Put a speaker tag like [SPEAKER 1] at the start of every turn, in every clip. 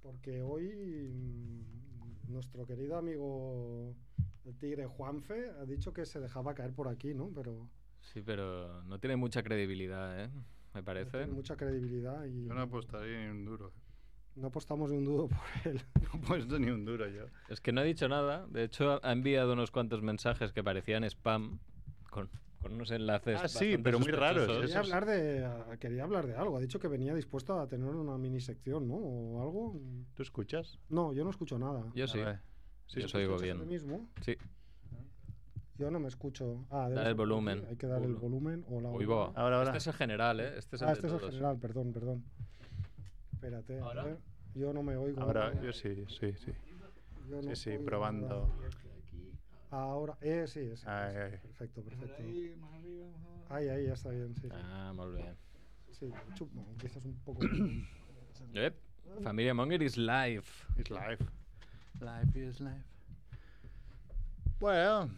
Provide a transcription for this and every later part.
[SPEAKER 1] porque hoy mm, nuestro querido amigo el tigre Juanfe ha dicho que se dejaba caer por aquí, ¿no? Pero
[SPEAKER 2] Sí, pero no tiene mucha credibilidad, ¿eh? Me
[SPEAKER 1] no
[SPEAKER 2] parece.
[SPEAKER 1] tiene mucha credibilidad y
[SPEAKER 3] Yo no apostaría ni un duro.
[SPEAKER 1] no apostamos ni un duro por él.
[SPEAKER 3] No he puesto ni un duro yo.
[SPEAKER 2] Es que no ha dicho nada. De hecho, ha enviado unos cuantos mensajes que parecían spam con, con unos enlaces.
[SPEAKER 3] Ah, sí,
[SPEAKER 2] bastante
[SPEAKER 3] pero muy raros, ¿eh?
[SPEAKER 2] sospechosos.
[SPEAKER 1] Quería
[SPEAKER 3] eso es-
[SPEAKER 1] hablar, de, quería hablar de algo. Ha dicho que venía dispuesto a tener una mini sección, ¿no? O algo.
[SPEAKER 3] ¿Tú escuchas?
[SPEAKER 1] No, yo no escucho nada.
[SPEAKER 2] Yo
[SPEAKER 3] A
[SPEAKER 2] sí.
[SPEAKER 3] ver.
[SPEAKER 2] yo
[SPEAKER 3] sí,
[SPEAKER 2] soy oigo
[SPEAKER 1] ¿Escuchas
[SPEAKER 2] bien.
[SPEAKER 1] ahora mismo?
[SPEAKER 2] Sí.
[SPEAKER 1] Yo no me escucho. Ah, debe
[SPEAKER 2] Dale el
[SPEAKER 1] ser por
[SPEAKER 2] volumen.
[SPEAKER 1] aquí. Hay que dar el
[SPEAKER 2] Uno.
[SPEAKER 1] volumen. o la
[SPEAKER 2] Uy,
[SPEAKER 1] otra.
[SPEAKER 2] va.
[SPEAKER 3] Ahora, ahora.
[SPEAKER 2] Este es el general, ¿eh? Este es el
[SPEAKER 1] Ah,
[SPEAKER 2] de
[SPEAKER 1] este es el
[SPEAKER 2] todos.
[SPEAKER 1] general, perdón, perdón. Espérate, a
[SPEAKER 2] ¿Ahora?
[SPEAKER 1] ver. Yo no me oigo.
[SPEAKER 3] Ahora,
[SPEAKER 1] nada.
[SPEAKER 3] yo sí, sí, sí.
[SPEAKER 1] Yo
[SPEAKER 3] Sí,
[SPEAKER 1] no
[SPEAKER 3] sí,
[SPEAKER 1] oigo
[SPEAKER 3] probando.
[SPEAKER 1] nada. Ahora, eh, sí, ese,
[SPEAKER 3] Ahí,
[SPEAKER 1] ese.
[SPEAKER 3] ahí.
[SPEAKER 1] Perfecto,
[SPEAKER 4] Por
[SPEAKER 1] perfecto.
[SPEAKER 4] ahí, más arriba, más abajo.
[SPEAKER 1] Ahí, ahí, ya está bien, sí. sí.
[SPEAKER 2] Ah, muy bien.
[SPEAKER 1] Sí, chup, bueno, quizás un poco.
[SPEAKER 2] Ep, Familia Monger is live.
[SPEAKER 3] It's life. Life is life. Bueno,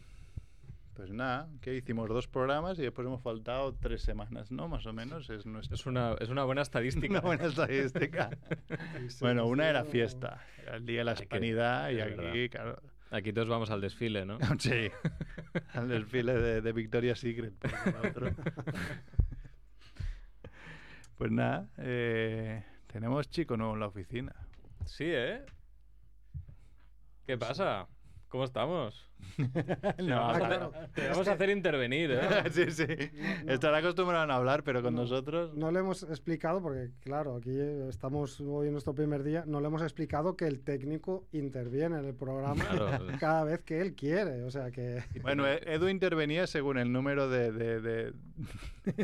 [SPEAKER 3] pues nada, que hicimos dos programas y después hemos faltado tres semanas, ¿no? Más o menos es nuestra
[SPEAKER 2] Es una, es una buena estadística.
[SPEAKER 3] una buena estadística.
[SPEAKER 1] Sí, sí,
[SPEAKER 3] bueno,
[SPEAKER 1] sí,
[SPEAKER 3] una era
[SPEAKER 1] no-
[SPEAKER 3] fiesta, era el día de la
[SPEAKER 2] que-
[SPEAKER 3] hispanidad y
[SPEAKER 2] es
[SPEAKER 3] aquí, claro,
[SPEAKER 2] Aquí todos vamos al desfile, ¿no?
[SPEAKER 3] sí, al desfile de, de Victoria's Secret. por ejemplo, otro. pues nada, eh, tenemos chico nuevo en la oficina.
[SPEAKER 2] Sí, ¿eh? ¿Qué pasa? ¿Cómo estamos? Vamos a
[SPEAKER 3] No,
[SPEAKER 1] Ah,
[SPEAKER 3] ahora-
[SPEAKER 1] claro.
[SPEAKER 2] hacer- Te vamos a hacer intervenir, ¿eh?
[SPEAKER 3] sí, sí.
[SPEAKER 1] no.
[SPEAKER 3] Estará acostumbrado a no hablar, pero con
[SPEAKER 1] No.
[SPEAKER 3] nosotros.
[SPEAKER 1] No le hemos explicado, porque claro, aquí estamos hoy en nuestro primer día, no le hemos explicado que el técnico interviene en el programa
[SPEAKER 2] Claro.
[SPEAKER 1] cada vez que él quiere. O sea que.
[SPEAKER 3] Bueno, E- Edu intervenía según el número de, de, de-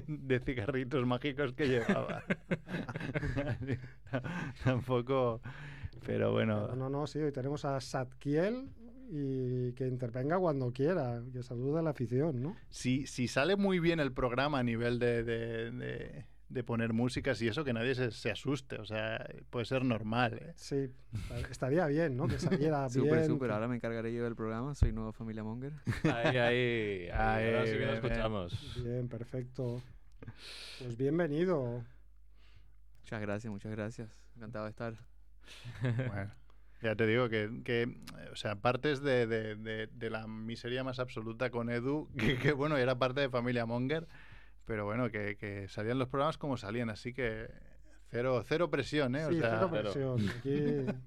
[SPEAKER 3] de cigarritos mágicos que llevaba. Tampoco. Pero
[SPEAKER 1] Pero
[SPEAKER 3] bueno.
[SPEAKER 1] No, no, sí, hoy tenemos a Satkiel y que intervenga cuando quiera, que saluda a la afición, ¿no?
[SPEAKER 3] Si, si sale muy bien el programa a nivel de, de- de- de poner músicas y eso, que nadie se, se asuste. O sea, puede ser normal. ¿eh?
[SPEAKER 1] Sí, estaría bien, ¿no? Que saliera
[SPEAKER 4] Súper,
[SPEAKER 1] bien.
[SPEAKER 4] súper. Ahora me encargaré yo del programa. Soy nuevo Familia Monger.
[SPEAKER 2] Ahí, ahí. ahí, ahora sí que
[SPEAKER 3] bien,
[SPEAKER 2] lo
[SPEAKER 3] bien.
[SPEAKER 2] escuchamos.
[SPEAKER 1] Bien, perfecto. Pues bienvenido.
[SPEAKER 4] Muchas gracias, muchas gracias. Encantado de estar.
[SPEAKER 3] Bueno, ya te digo que, que, o sea, partes de, de- de- de la miseria más absoluta con Edu, que, que, bueno, era parte de Familia Monger, pero bueno, que, que salían los programas como salían, así que cero, cero presión, ¿eh? O
[SPEAKER 1] sí,
[SPEAKER 3] sea,
[SPEAKER 1] cero
[SPEAKER 2] pero-
[SPEAKER 1] presión. Aquí,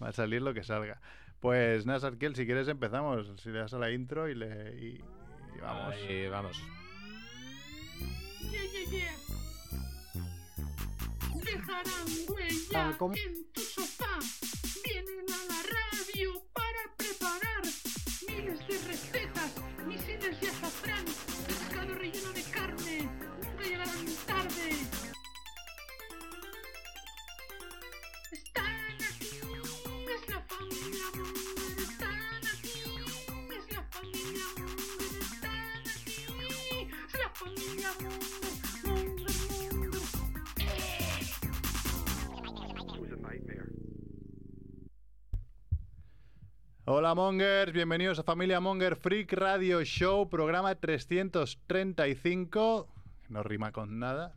[SPEAKER 3] va a salir lo que salga. Pues nada, Sarkiel, si quieres empezamos, si le das a la intro y le... y- y vamos.
[SPEAKER 2] Ahí, vamos.
[SPEAKER 5] Yeah, yeah, yeah. Dejarán huella
[SPEAKER 1] Ah, ¿cómo?
[SPEAKER 5] en tu sofá. Vienen a la radio para preparar miles de recetas, misiles de azafrán, pescado relleno de carne. Nunca llegarán tarde. Están aquí, es la familia Munger. Están aquí, es la familia Munger. Están aquí, es la familia Munger. Munger, Munger.
[SPEAKER 3] Hola Mongers, bienvenidos a Familia Monger Freak Radio Show, programa 335, no rima con nada.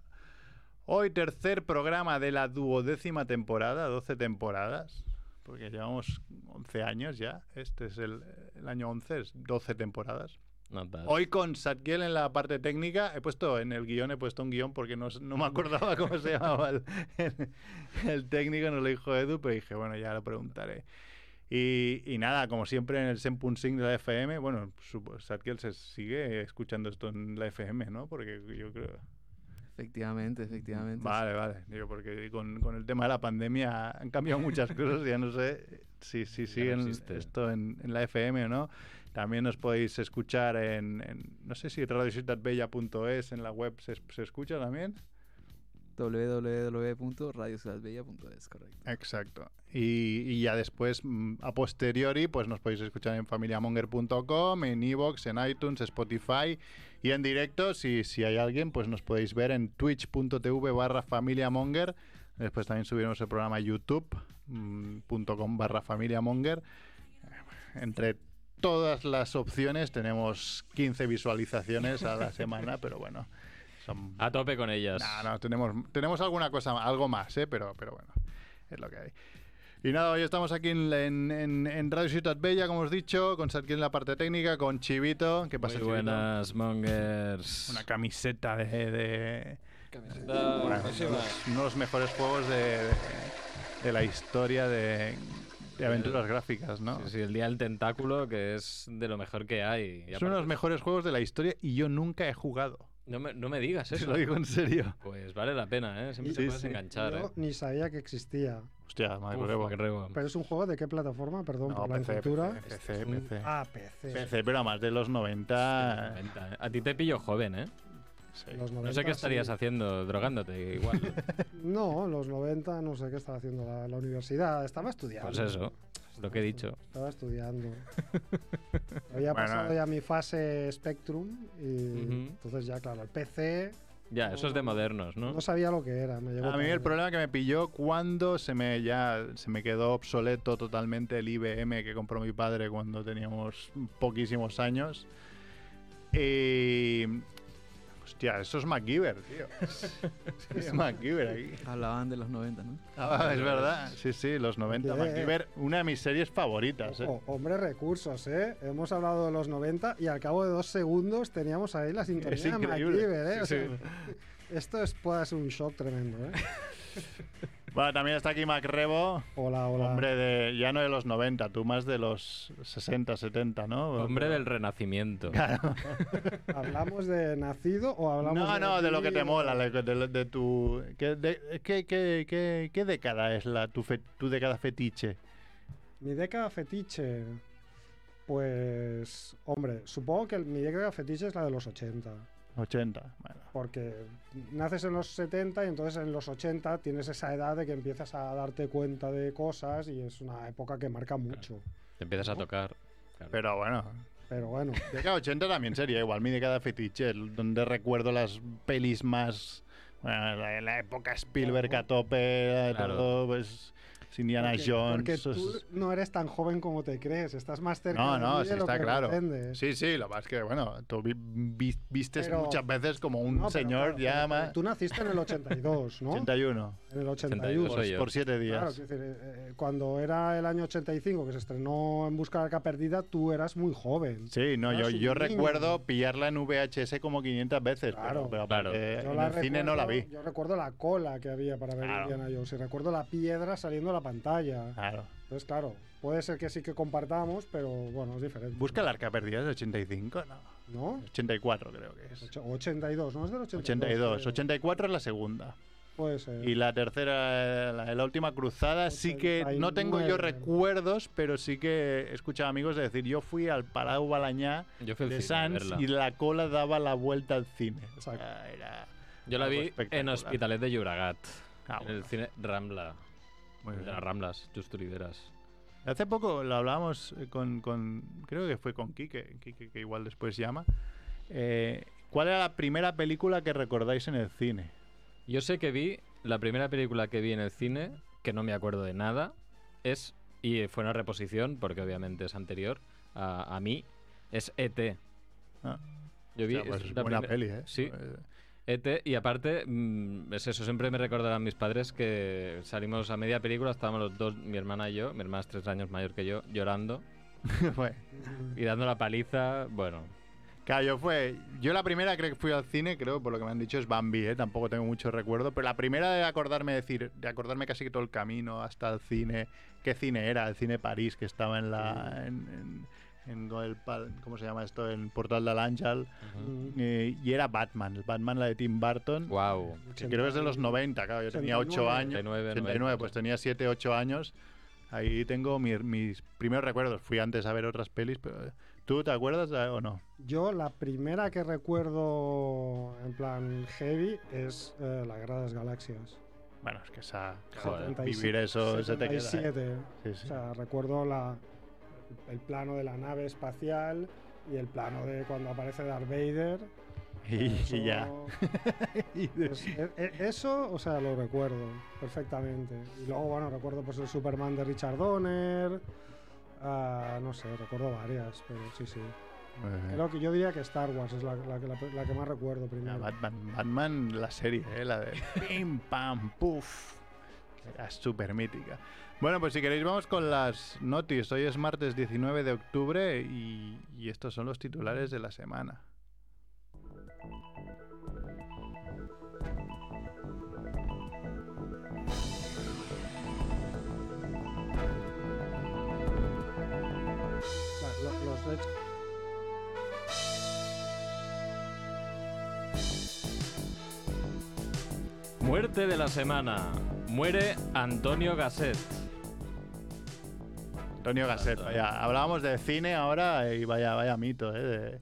[SPEAKER 3] Hoy tercer programa de la duodécima temporada, 12 temporadas, porque llevamos 11 años ya, este es el, el año 11, es 12 temporadas.
[SPEAKER 2] Not bad.
[SPEAKER 3] Hoy con Satkiel en la parte técnica, he puesto en el guión, he puesto un guión porque no, s- no me acordaba cómo se llamaba el, el- el técnico, no lo dijo Edu, pero dije, bueno, ya lo preguntaré. Y, y nada, como siempre en el 100.5 de la FM, bueno, supo- Satkiel se sigue escuchando esto en la FM, ¿no? Porque yo creo...
[SPEAKER 4] Efectivamente, efectivamente.
[SPEAKER 3] Vale, vale, digo, porque con, con el tema de la pandemia han cambiado muchas cosas, ya no sé si, si
[SPEAKER 2] no
[SPEAKER 3] siguen
[SPEAKER 2] existe.
[SPEAKER 3] esto en, en la FM o no. También nos podéis escuchar en, en- no sé si radiociudadbella.es, en la web se, se escucha también.
[SPEAKER 4] www.radiosadbella.es, correcto.
[SPEAKER 3] Exacto. Y, y ya después, mm, a posteriori, pues nos podéis escuchar en familiamonger.com, en iVoox, en iTunes, Spotify y en directo, si, si hay alguien, pues nos podéis ver en twitch.tv barra familiamonger. Después también subiremos el programa a youtube.com barra familiamonger. Entre todas las opciones tenemos 15 visualizaciones a la semana, pero bueno, son
[SPEAKER 2] A tope con ellas.
[SPEAKER 3] no, no, tenemos, tenemos alguna cosa, algo más, ¿eh? pero, pero bueno, es lo que hay. Y nada, hoy estamos aquí en, en- en- en Radio Ciudad Bella, como os he dicho, con Sergio en la parte técnica, con Chivito. ¿Qué pasa,
[SPEAKER 2] Muy
[SPEAKER 3] Chivito?
[SPEAKER 2] buenas, mongers.
[SPEAKER 3] Una camiseta de... de-
[SPEAKER 1] Ah,
[SPEAKER 2] camiseta.
[SPEAKER 3] bueno, uno de los mejores juegos de, de- de la historia de, de aventuras gráficas, ¿no?
[SPEAKER 2] Sí, sí, el día del tentáculo, que es de lo mejor que hay. Y
[SPEAKER 3] Es uno de
[SPEAKER 2] aparte-
[SPEAKER 3] los mejores juegos de la historia y yo nunca he jugado.
[SPEAKER 2] No me, no me digas
[SPEAKER 3] Te
[SPEAKER 2] eso.
[SPEAKER 3] lo digo en serio.
[SPEAKER 2] Pues vale la pena, ¿eh? Siempre te
[SPEAKER 3] Sí, pues
[SPEAKER 2] puedes
[SPEAKER 3] sí.
[SPEAKER 2] enganchar, ¿eh?
[SPEAKER 1] Yo ni sabía que existía.
[SPEAKER 3] Hostia, madre
[SPEAKER 2] Uf,
[SPEAKER 3] huevo.
[SPEAKER 2] qué rebo.
[SPEAKER 1] Pero es un juego de qué plataforma, perdón,
[SPEAKER 3] No,
[SPEAKER 1] por la
[SPEAKER 3] PC,
[SPEAKER 1] cultura.
[SPEAKER 3] PC, PC,
[SPEAKER 2] Es un-
[SPEAKER 3] PC.
[SPEAKER 1] Ah, PC.
[SPEAKER 3] PC, pero más de los 90.
[SPEAKER 2] Venta, ¿eh? A ti te pillo joven, ¿eh?
[SPEAKER 3] sí.
[SPEAKER 1] Los
[SPEAKER 2] No
[SPEAKER 1] 90,
[SPEAKER 2] sé qué estarías
[SPEAKER 1] sí.
[SPEAKER 2] haciendo, drogándote igual.
[SPEAKER 1] No, los 90 no sé qué estaba haciendo la, la universidad. Estaba estudiando.
[SPEAKER 2] pues eso, es lo que he dicho.
[SPEAKER 1] Estaba estudiando. Había
[SPEAKER 3] Bueno. eh.
[SPEAKER 1] pasado ya mi fase Spectrum y
[SPEAKER 2] Ujú.
[SPEAKER 1] entonces ya, claro, el PC
[SPEAKER 2] Ya, eso es de modernos, ¿no?
[SPEAKER 1] no, sabía lo que era. Me llegó
[SPEAKER 3] A mí
[SPEAKER 1] tarde.
[SPEAKER 3] el problema que me pilló cuando se me ya se me quedó obsoleto totalmente el IBM que compró mi padre cuando teníamos poquísimos años. Y hostia, eso es MacGyver, tío. Sí, es MacGyver aquí.
[SPEAKER 4] Hablaban de los 90, ¿no?
[SPEAKER 3] Ah, es verdad. Sí, sí, los 90
[SPEAKER 1] Eh, eh.
[SPEAKER 3] MacGyver, una de mis series favoritas, eh.
[SPEAKER 1] Ojo, Oh, hombre, recursos, ¿eh? Hemos hablado de los 90 y al cabo de dos segundos teníamos ahí la sintonía
[SPEAKER 3] Es
[SPEAKER 1] de
[SPEAKER 3] increíble.
[SPEAKER 1] MacGyver, ¿eh? O
[SPEAKER 3] Sí,
[SPEAKER 1] sea, esto es, puede ser un shock tremendo, ¿eh?
[SPEAKER 3] Bueno, también está aquí MacRebo.
[SPEAKER 1] Hola, hola.
[SPEAKER 3] Hombre de ya no de los 90, tú más de los 60, 70, ¿no?
[SPEAKER 2] Hombre del renacimiento.
[SPEAKER 3] Claro.
[SPEAKER 1] ¿Hablamos de nacido o hablamos
[SPEAKER 3] No, no, de lo que te
[SPEAKER 1] nacido?
[SPEAKER 3] mola, de, de- de tu... ¿Qué, de- qué, qué- qué- qué década es la tu, fe- tu década fetiche?
[SPEAKER 1] Mi década fetiche. Pues, hombre, supongo que el- mi década fetiche es la de los 80.
[SPEAKER 3] 80. Bueno.
[SPEAKER 1] Porque naces en los 70 y entonces en los 80 tienes esa edad de que empiezas a darte cuenta de cosas y es una época que marca mucho.
[SPEAKER 2] Te empiezas a tocar. Claro.
[SPEAKER 3] Pero bueno.
[SPEAKER 1] Pero bueno,
[SPEAKER 3] Década 80 también sería igual mi década fetiche, el- donde recuerdo las pelis más... Bueno, la, la época Spielberg a tope, la de
[SPEAKER 2] Claro.
[SPEAKER 3] todo, pues... Indiana
[SPEAKER 1] porque, porque
[SPEAKER 3] Jones...
[SPEAKER 1] tú
[SPEAKER 3] es-
[SPEAKER 1] no eres tan joven como te crees, estás más cerca
[SPEAKER 3] No,
[SPEAKER 1] de,
[SPEAKER 3] no,
[SPEAKER 1] mí de
[SPEAKER 3] sí,
[SPEAKER 1] lo
[SPEAKER 3] está
[SPEAKER 1] que
[SPEAKER 3] claro.
[SPEAKER 1] pretendes.
[SPEAKER 3] Sí, sí, lo más que, bueno, tú vi- vi- vistes
[SPEAKER 1] Pero-
[SPEAKER 3] muchas veces como un
[SPEAKER 1] No, pero
[SPEAKER 3] señor
[SPEAKER 1] claro,
[SPEAKER 3] ya
[SPEAKER 1] pero
[SPEAKER 3] más...
[SPEAKER 1] Tú naciste en el 82, ¿no?
[SPEAKER 3] 81,
[SPEAKER 1] En el
[SPEAKER 2] 82
[SPEAKER 1] 81.
[SPEAKER 2] soy yo.
[SPEAKER 3] por 7 días.
[SPEAKER 1] Claro, quiero decir, eh, eh, cuando era el año 85 que se estrenó En Busca de la Arca Perdida, tú eras muy joven.
[SPEAKER 3] Sí, no,
[SPEAKER 1] Claro,
[SPEAKER 3] yo,
[SPEAKER 1] es un niño.
[SPEAKER 3] yo recuerdo pillarla en VHS como 500 veces,
[SPEAKER 1] Claro.
[SPEAKER 3] pero, pero
[SPEAKER 2] Claro.
[SPEAKER 3] porque
[SPEAKER 1] Yo
[SPEAKER 3] en
[SPEAKER 1] la
[SPEAKER 3] el cine no la vi.
[SPEAKER 1] Yo recuerdo la cola que había para ver
[SPEAKER 3] Claro. Ah.
[SPEAKER 1] Indiana Jones y recuerdo la piedra saliendo a la pantalla.
[SPEAKER 3] Claro.
[SPEAKER 1] Entonces, claro, puede ser que sí que compartamos, pero bueno, es diferente.
[SPEAKER 3] Busca el arca perdida es de 85, no.
[SPEAKER 1] ¿No?
[SPEAKER 3] 84 creo que es.
[SPEAKER 1] Ocho- 82, ¿no? Es del 82.
[SPEAKER 3] 82,
[SPEAKER 1] creo.
[SPEAKER 3] 84 es la segunda.
[SPEAKER 1] Puede ser.
[SPEAKER 3] Y la tercera, eh, la, la última cruzada, sí que no tengo yo
[SPEAKER 1] 89.
[SPEAKER 3] recuerdos, pero sí que he escuchado amigos decir, yo fui al Palau Balañá
[SPEAKER 2] Yo fui al
[SPEAKER 3] de
[SPEAKER 2] cine a
[SPEAKER 3] Sants
[SPEAKER 2] verla.
[SPEAKER 3] y la cola daba la vuelta al cine. O sea,
[SPEAKER 1] Exacto.
[SPEAKER 3] era-
[SPEAKER 2] Yo la
[SPEAKER 3] algo
[SPEAKER 2] vi en
[SPEAKER 3] espectacular.
[SPEAKER 2] Hospitalet de Llobregat.
[SPEAKER 3] Ah,
[SPEAKER 2] En el
[SPEAKER 3] bueno,
[SPEAKER 2] cine Rambla.
[SPEAKER 3] muy
[SPEAKER 2] De
[SPEAKER 3] bien.
[SPEAKER 2] las Ramblas, Just Oliveras.
[SPEAKER 3] Hace poco lo hablábamos eh, con, con- creo que fue con Quique, Quique, que igual después llama. Eh, ¿Cuál era la primera película que recordáis en el cine?
[SPEAKER 2] Yo sé que vi, la primera película que vi en el cine, que no me acuerdo de nada, es, y fue una reposición, porque obviamente es anterior a, a mí, es ET.
[SPEAKER 3] Ah.
[SPEAKER 2] Yo vi
[SPEAKER 3] O sea, pues,
[SPEAKER 2] es la
[SPEAKER 3] buena
[SPEAKER 2] primer-
[SPEAKER 3] peli, ¿eh?
[SPEAKER 2] Sí,
[SPEAKER 3] Eh,
[SPEAKER 2] ET, E y aparte, mm, es eso, siempre me recordarán mis padres que salimos a media película, estábamos los dos, mi hermana y yo, mi hermana es tres años mayor que yo, llorando
[SPEAKER 3] bueno,
[SPEAKER 2] y dando la paliza, bueno,
[SPEAKER 3] claro, yo fue. Yo la primera creo que fui al cine, creo, por lo que me han dicho, es Bambi, ¿eh? Tampoco tengo mucho recuerdo. Pero la primera de acordarme decir, de acordarme casi que todo el camino hasta el cine. ¿Qué cine era? El cine París, que estaba en la. En, en- en el pal- ¿Cómo se llama esto? En Portal del Ángel.
[SPEAKER 1] Mm,
[SPEAKER 3] Eh, y era Batman, el Batman la de Tim Burton.
[SPEAKER 2] wow.
[SPEAKER 3] Que creo que es de los 90, claro. Yo tenía 8
[SPEAKER 1] 89.
[SPEAKER 3] años.
[SPEAKER 2] 89,
[SPEAKER 3] 89, pues tenía 7, 8 años. Ahí tengo mi- mis primeros recuerdos. Fui antes a ver otras pelis, pero. ¿Tú te acuerdas eh, o no?
[SPEAKER 1] Yo la primera que recuerdo en plan heavy es eh, La Guerra de las Galaxias.
[SPEAKER 3] Bueno, es que esa.
[SPEAKER 2] Joder,
[SPEAKER 1] 77,
[SPEAKER 3] vivir eso se te queda.
[SPEAKER 1] 77.
[SPEAKER 3] eh. Sí,
[SPEAKER 1] O
[SPEAKER 3] sí.
[SPEAKER 1] sea, recuerdo la, el plano de la nave espacial y el plano de cuando aparece Darth Vader.
[SPEAKER 3] y, y ya.
[SPEAKER 1] Eso- es- e- e- eso, o sea, lo recuerdo perfectamente. Y luego, bueno, recuerdo pues el Superman de Richard Donner. ah, no sé, recuerdo varias, pero sí, sí. Creo que yo diría que Star Wars es la, la que- la- la que más recuerdo
[SPEAKER 3] Ya,
[SPEAKER 1] primero.
[SPEAKER 3] Batman, Batman, la serie, ¿eh? la de. Pim, pam, puf. Era súper mítica. Bueno, pues si queréis vamos con las notis. Hoy es martes 19 de octubre y, y estos son los titulares de la semana.
[SPEAKER 1] Vale, lo- los Red
[SPEAKER 2] Muerte de la semana. Muere Antonio Gasset.
[SPEAKER 3] Antonio Gasset, vaya. Hablábamos de cine ahora y vaya, vaya mito, ¿eh? de-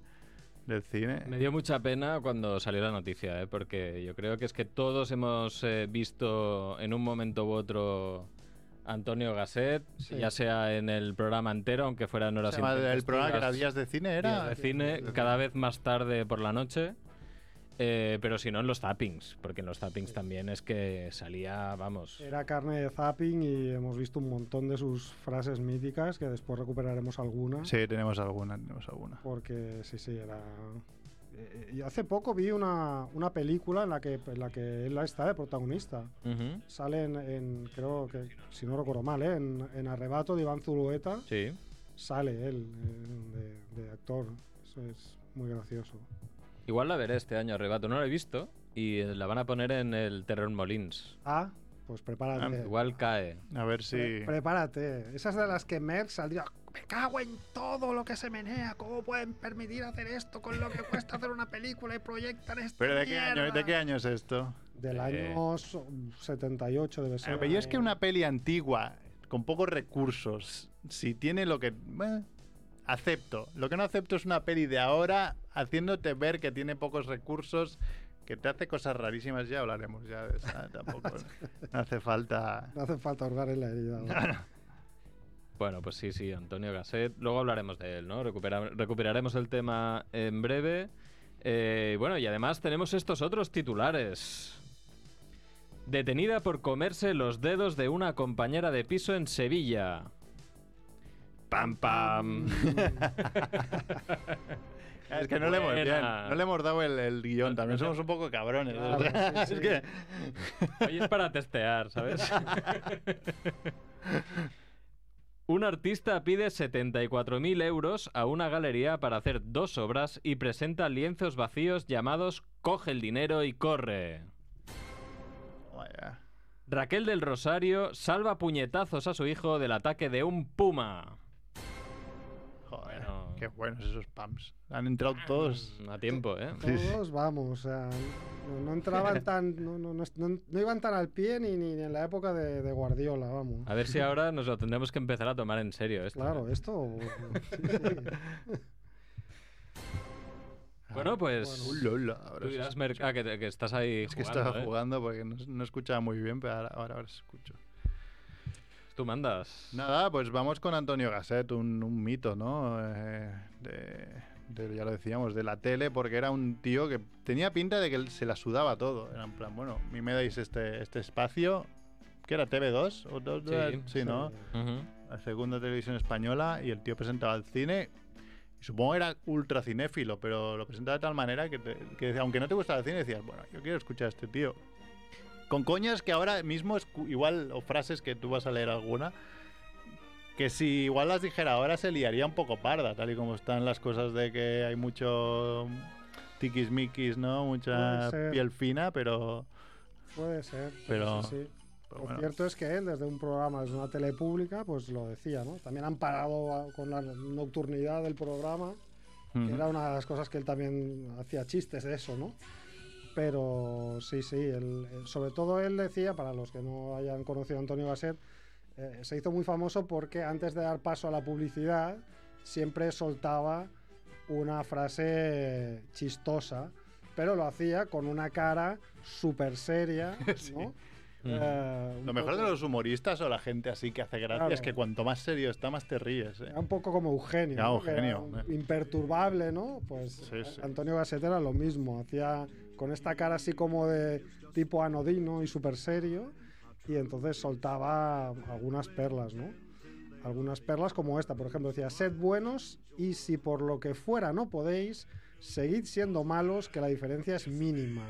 [SPEAKER 3] del cine.
[SPEAKER 2] Me dio mucha pena cuando salió la noticia, ¿eh? porque yo creo que es que todos hemos eh, visto en un momento u otro Antonio Gasset,
[SPEAKER 1] Sí.
[SPEAKER 2] ya sea en el programa entero, aunque fuera en
[SPEAKER 3] Se
[SPEAKER 2] horas
[SPEAKER 3] llama el
[SPEAKER 2] intempestivas,
[SPEAKER 3] programa que era Días de Cine,
[SPEAKER 2] días
[SPEAKER 3] era.
[SPEAKER 2] de cine, cada vez más tarde por la noche. eh, pero si no, en los zappings, porque en los zappings también es que salía, vamos.
[SPEAKER 1] Era carne de zapping y hemos visto un montón de sus frases míticas, que después recuperaremos alguna.
[SPEAKER 3] Sí, tenemos alguna, tenemos alguna.
[SPEAKER 1] Porque sí, sí, era... Eh, eh, Y hace poco vi una, una película en la, que, en la que él está de protagonista.
[SPEAKER 2] Ujú,
[SPEAKER 1] Sale en, en- creo que, si no recuerdo mal, ¿eh? en, en Arrebato de Iván Zulueta,
[SPEAKER 2] Sí.
[SPEAKER 1] sale él eh, de, de actor. Eso es muy gracioso.
[SPEAKER 2] Igual la veré este año, arrebato. No la he visto y eh, la van a poner en el Terror Molins.
[SPEAKER 1] Ah, pues
[SPEAKER 3] Eh.
[SPEAKER 1] prepárate.
[SPEAKER 2] Igual cae.
[SPEAKER 3] A ver
[SPEAKER 1] Pre-
[SPEAKER 3] si.
[SPEAKER 1] Prepárate. Esas de las que Merck saldría. Me cago en todo lo que se menea. ¿Cómo pueden permitir hacer esto con lo que cuesta hacer una película y proyectan esto?
[SPEAKER 3] ¿Pero de qué, año, de qué año es esto?
[SPEAKER 1] Del
[SPEAKER 2] Eh.
[SPEAKER 1] año so- 78 debe ser.
[SPEAKER 3] Ah, Pero yo es que una peli antigua, con pocos recursos, si tiene lo que. bueno, acepto. Lo que no acepto es una peli de ahora haciéndote ver que tiene pocos recursos, que te hace cosas rarísimas. Ya hablaremos ya de esa. Tampoco. No hace falta.
[SPEAKER 1] No hace falta hurgar en la herida. ¿no?
[SPEAKER 2] Bueno, pues sí, sí, Antonio Gasset. Luego hablaremos de él, ¿no? Recupera- recuperaremos el tema en breve. Eh, bueno, y además tenemos estos otros titulares. Detenida por comerse los dedos de una compañera de piso en Sevilla. ¡Pam, pam!
[SPEAKER 3] Es que no le hemos,
[SPEAKER 2] Buena.
[SPEAKER 3] bien, no le hemos dado el, el guión. También somos un poco cabrones.
[SPEAKER 1] Claro,
[SPEAKER 3] o sea,
[SPEAKER 1] sí, sí.
[SPEAKER 3] es que-
[SPEAKER 2] Hoy es para testear, ¿sabes? Un artista pide 74.000 euros a una galería para hacer dos obras y presenta lienzos vacíos llamados Coge el dinero y corre.
[SPEAKER 3] Vaya.
[SPEAKER 2] Raquel del Rosario salva a puñetazos a su hijo del ataque de un puma.
[SPEAKER 3] Joder,
[SPEAKER 2] Bueno.
[SPEAKER 3] qué buenos esos pams. Han entrado todos.
[SPEAKER 2] A tiempo, ¿eh?
[SPEAKER 1] Todos vamos. O sea, no, no entraban tan. No, no, no, no- no iban tan al pie ni, ni, ni en la época de, de Guardiola, vamos.
[SPEAKER 3] Ah,
[SPEAKER 2] A ver si ahora nos lo tendremos que empezar a tomar en serio esto. ¿eh?
[SPEAKER 1] Claro, esto. sí, sí.
[SPEAKER 2] Bueno, pues...
[SPEAKER 1] Bueno.
[SPEAKER 3] Hola, hola, ahora
[SPEAKER 2] Tú
[SPEAKER 3] sí
[SPEAKER 2] dirás,
[SPEAKER 3] se
[SPEAKER 2] Merc-
[SPEAKER 3] escucha.
[SPEAKER 2] ah, que, te- que estás ahí
[SPEAKER 3] Es que
[SPEAKER 2] jugando,
[SPEAKER 3] estaba
[SPEAKER 2] ¿eh?
[SPEAKER 3] jugando porque no, no escuchaba muy bien, pero ahora, ahora, ahora se escucho.
[SPEAKER 2] Tú mandas.
[SPEAKER 3] Nada, pues vamos con Antonio Gasset, un, un mito, ¿no? Eh, de- de- ya lo decíamos, de la tele, porque era un tío que tenía pinta de que él se la sudaba todo. Era en plan, bueno, a mí me dais este, este espacio, que era TV2, o dos,
[SPEAKER 2] Sí,
[SPEAKER 3] sí, ¿no?
[SPEAKER 2] Ujú.
[SPEAKER 3] la segunda televisión española y el tío presentaba el cine. Y Supongo que era ultra cinéfilo, pero lo presentaba de tal manera que, te- que decía, aunque no te gustaba el cine, decías, bueno, yo quiero escuchar a este tío. Con coñas que ahora mismo, escu- igual, o frases que tú vas a leer alguna, que si igual las dijera ahora se liaría un poco parda, tal y como están las cosas de que hay mucho tiquismiquis, ¿no?
[SPEAKER 1] Puede
[SPEAKER 3] Mucha
[SPEAKER 1] ser.
[SPEAKER 3] piel fina, pero...
[SPEAKER 1] Puede ser.
[SPEAKER 3] Pero-
[SPEAKER 1] sí, sí.
[SPEAKER 3] pero
[SPEAKER 1] Lo
[SPEAKER 3] bueno.
[SPEAKER 1] cierto es que él, desde un programa, desde una tele pública, pues lo decía, ¿no? También han parado a- con la nocturnidad del programa, que
[SPEAKER 3] Ujú.
[SPEAKER 1] era una de las cosas que él también hacía chistes de eso, ¿no? Pero sí, sí, él- él- sobre todo él decía, para los que no hayan conocido a Antonio Gasset, eh, se hizo muy famoso porque antes de dar paso a la publicidad, siempre soltaba una frase chistosa, pero lo hacía con una cara súper seria, ¿no? Eh, un
[SPEAKER 3] Lo mejor de
[SPEAKER 1] poco-
[SPEAKER 3] los humoristas o la gente así que hace gracia
[SPEAKER 1] Claro.
[SPEAKER 3] es que cuanto más serio está, más te ríes. ¿eh?
[SPEAKER 1] Era un poco como Eugenio.
[SPEAKER 3] Era
[SPEAKER 1] ¿no?
[SPEAKER 3] Eugenio,
[SPEAKER 1] Que era un-
[SPEAKER 3] hombre.
[SPEAKER 1] imperturbable, ¿no? Pues
[SPEAKER 3] Sí, sí.
[SPEAKER 1] Antonio Gasset era lo mismo. Hacía con esta cara así como de tipo anodino y súper serio. Y entonces soltaba algunas perlas, ¿no? Algunas perlas como esta, por ejemplo, decía, sed buenos y si por lo que fuera no podéis, seguid siendo malos, que la diferencia es mínima.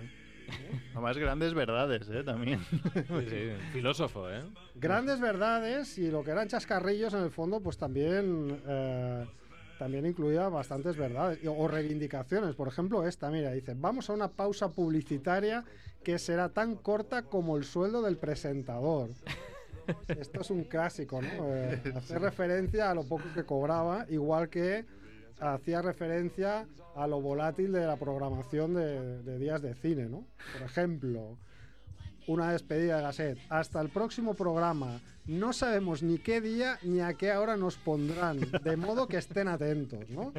[SPEAKER 3] Nomás grandes verdades, ¿eh? También.
[SPEAKER 2] Sí, sí, filósofo, ¿eh?
[SPEAKER 1] Grandes verdades y lo que eran chascarrillos en el fondo, pues también, eh, también incluía bastantes verdades y- o reivindicaciones. Por ejemplo, esta, mira, dice, vamos a una pausa publicitaria que será tan corta como el sueldo del presentador. Esto es un clásico, ¿no? Eh, hacer referencia a lo poco que cobraba, igual que hacía referencia a lo volátil de la programación de, de días de cine, ¿no? Por ejemplo, una despedida de Gasset. Hasta el próximo programa. No sabemos ni qué día ni a qué hora nos pondrán, de modo que estén atentos, ¿no?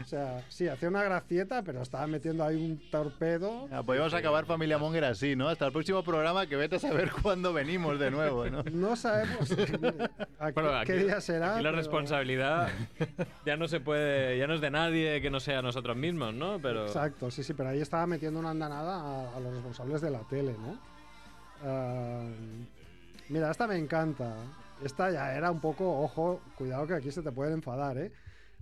[SPEAKER 1] O sea, sí, hacía una gracieta, pero estaba metiendo ahí un torpedo.
[SPEAKER 3] Ah, Podemos acabar Familia Monger así, ¿no? Hasta el próximo programa que vete a saber cuándo venimos de nuevo, ¿no?
[SPEAKER 1] No sabemos a qué,
[SPEAKER 2] Bueno, aquí-
[SPEAKER 1] qué día será.
[SPEAKER 2] aquí la
[SPEAKER 1] pero-
[SPEAKER 2] responsabilidad ya no se puede, ya no es de nadie que no sea nosotros mismos, ¿no? Pero
[SPEAKER 1] Exacto, sí, sí, pero ahí estaba metiendo una andanada a, a los responsables de la tele, ¿no? Ah, mira, esta me encanta. Esta ya era un poco, ojo, cuidado que aquí se te pueden enfadar, ¿eh?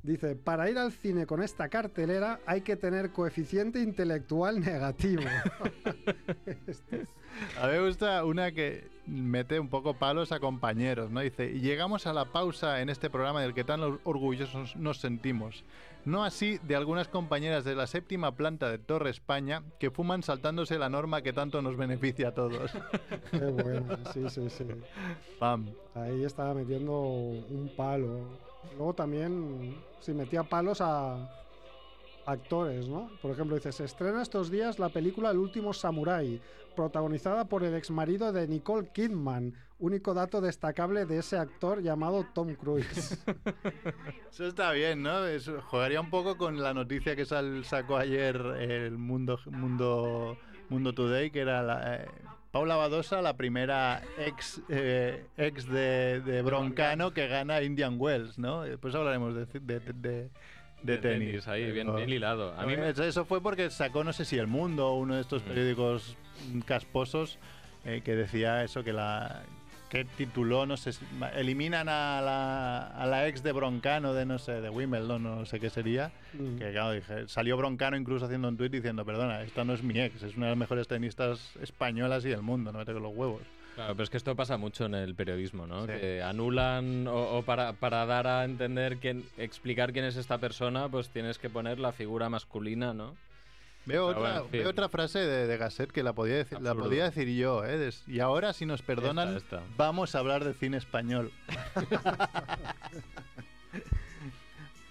[SPEAKER 1] Dice, para ir al cine con esta cartelera hay que tener coeficiente intelectual negativo. Este,
[SPEAKER 3] A mí me gusta una que mete un poco palos a compañeros, ¿no? Dice, "Y llegamos a la pausa en este programa del que tan or- orgullosos nos sentimos. No así de algunas compañeras de la séptima planta de Torre España que fuman saltándose la norma que tanto nos beneficia a todos.
[SPEAKER 1] Qué bueno, sí, sí, sí.
[SPEAKER 3] Pam.
[SPEAKER 1] Ahí estaba metiendo un palo. Luego también, sí, metía palos a actores, ¿no? Por ejemplo, dice, se estrena estos días la película El último samurái, protagonizada por el exmarido de Nicole Kidman, único dato destacable de ese actor llamado Tom Cruise.
[SPEAKER 3] Eso está bien, ¿no? Eso jugaría un poco con la noticia que sal- sacó ayer el Mundo, Mundo, Mundo Today, que era la, eh, Paula Badosa, la primera ex, eh, ex de, de Broncano que gana Indian Wells, ¿no? Después hablaremos de, de- de- de- de
[SPEAKER 2] de
[SPEAKER 3] tenis.
[SPEAKER 2] ahí, bien,
[SPEAKER 3] Pero-
[SPEAKER 2] bien hilado. A mí me-
[SPEAKER 3] eso, eso fue porque sacó, no sé si El Mundo o uno de estos
[SPEAKER 2] Mm.
[SPEAKER 3] periódicos mm, casposos eh, que decía eso, que la que tituló, no sé, si- ma- eliminan a la, a la ex de Broncano de, no sé, de Wimbledon, no sé qué sería.
[SPEAKER 1] Mm.
[SPEAKER 3] Que claro, dije, salió Broncano incluso haciendo un tuit diciendo, perdona, esta no es mi ex, es una de las mejores tenistas españolas y del mundo, no me toques los huevos.
[SPEAKER 2] Claro, pero es que esto pasa mucho en el periodismo, ¿no?
[SPEAKER 3] Sí.
[SPEAKER 2] Que anulan o, o para, para dar a entender quién, explicar quién es esta persona, pues tienes que poner la figura masculina, ¿no? Pero
[SPEAKER 3] Veo, otra,
[SPEAKER 2] bueno, en fin.
[SPEAKER 3] veo otra frase de, de Gasset que la podía decir, la
[SPEAKER 2] Absurdo.
[SPEAKER 3] podía decir yo, ¿eh? Des- y ahora, si nos perdonan,
[SPEAKER 2] Esta, esta.
[SPEAKER 3] vamos a hablar de cine español.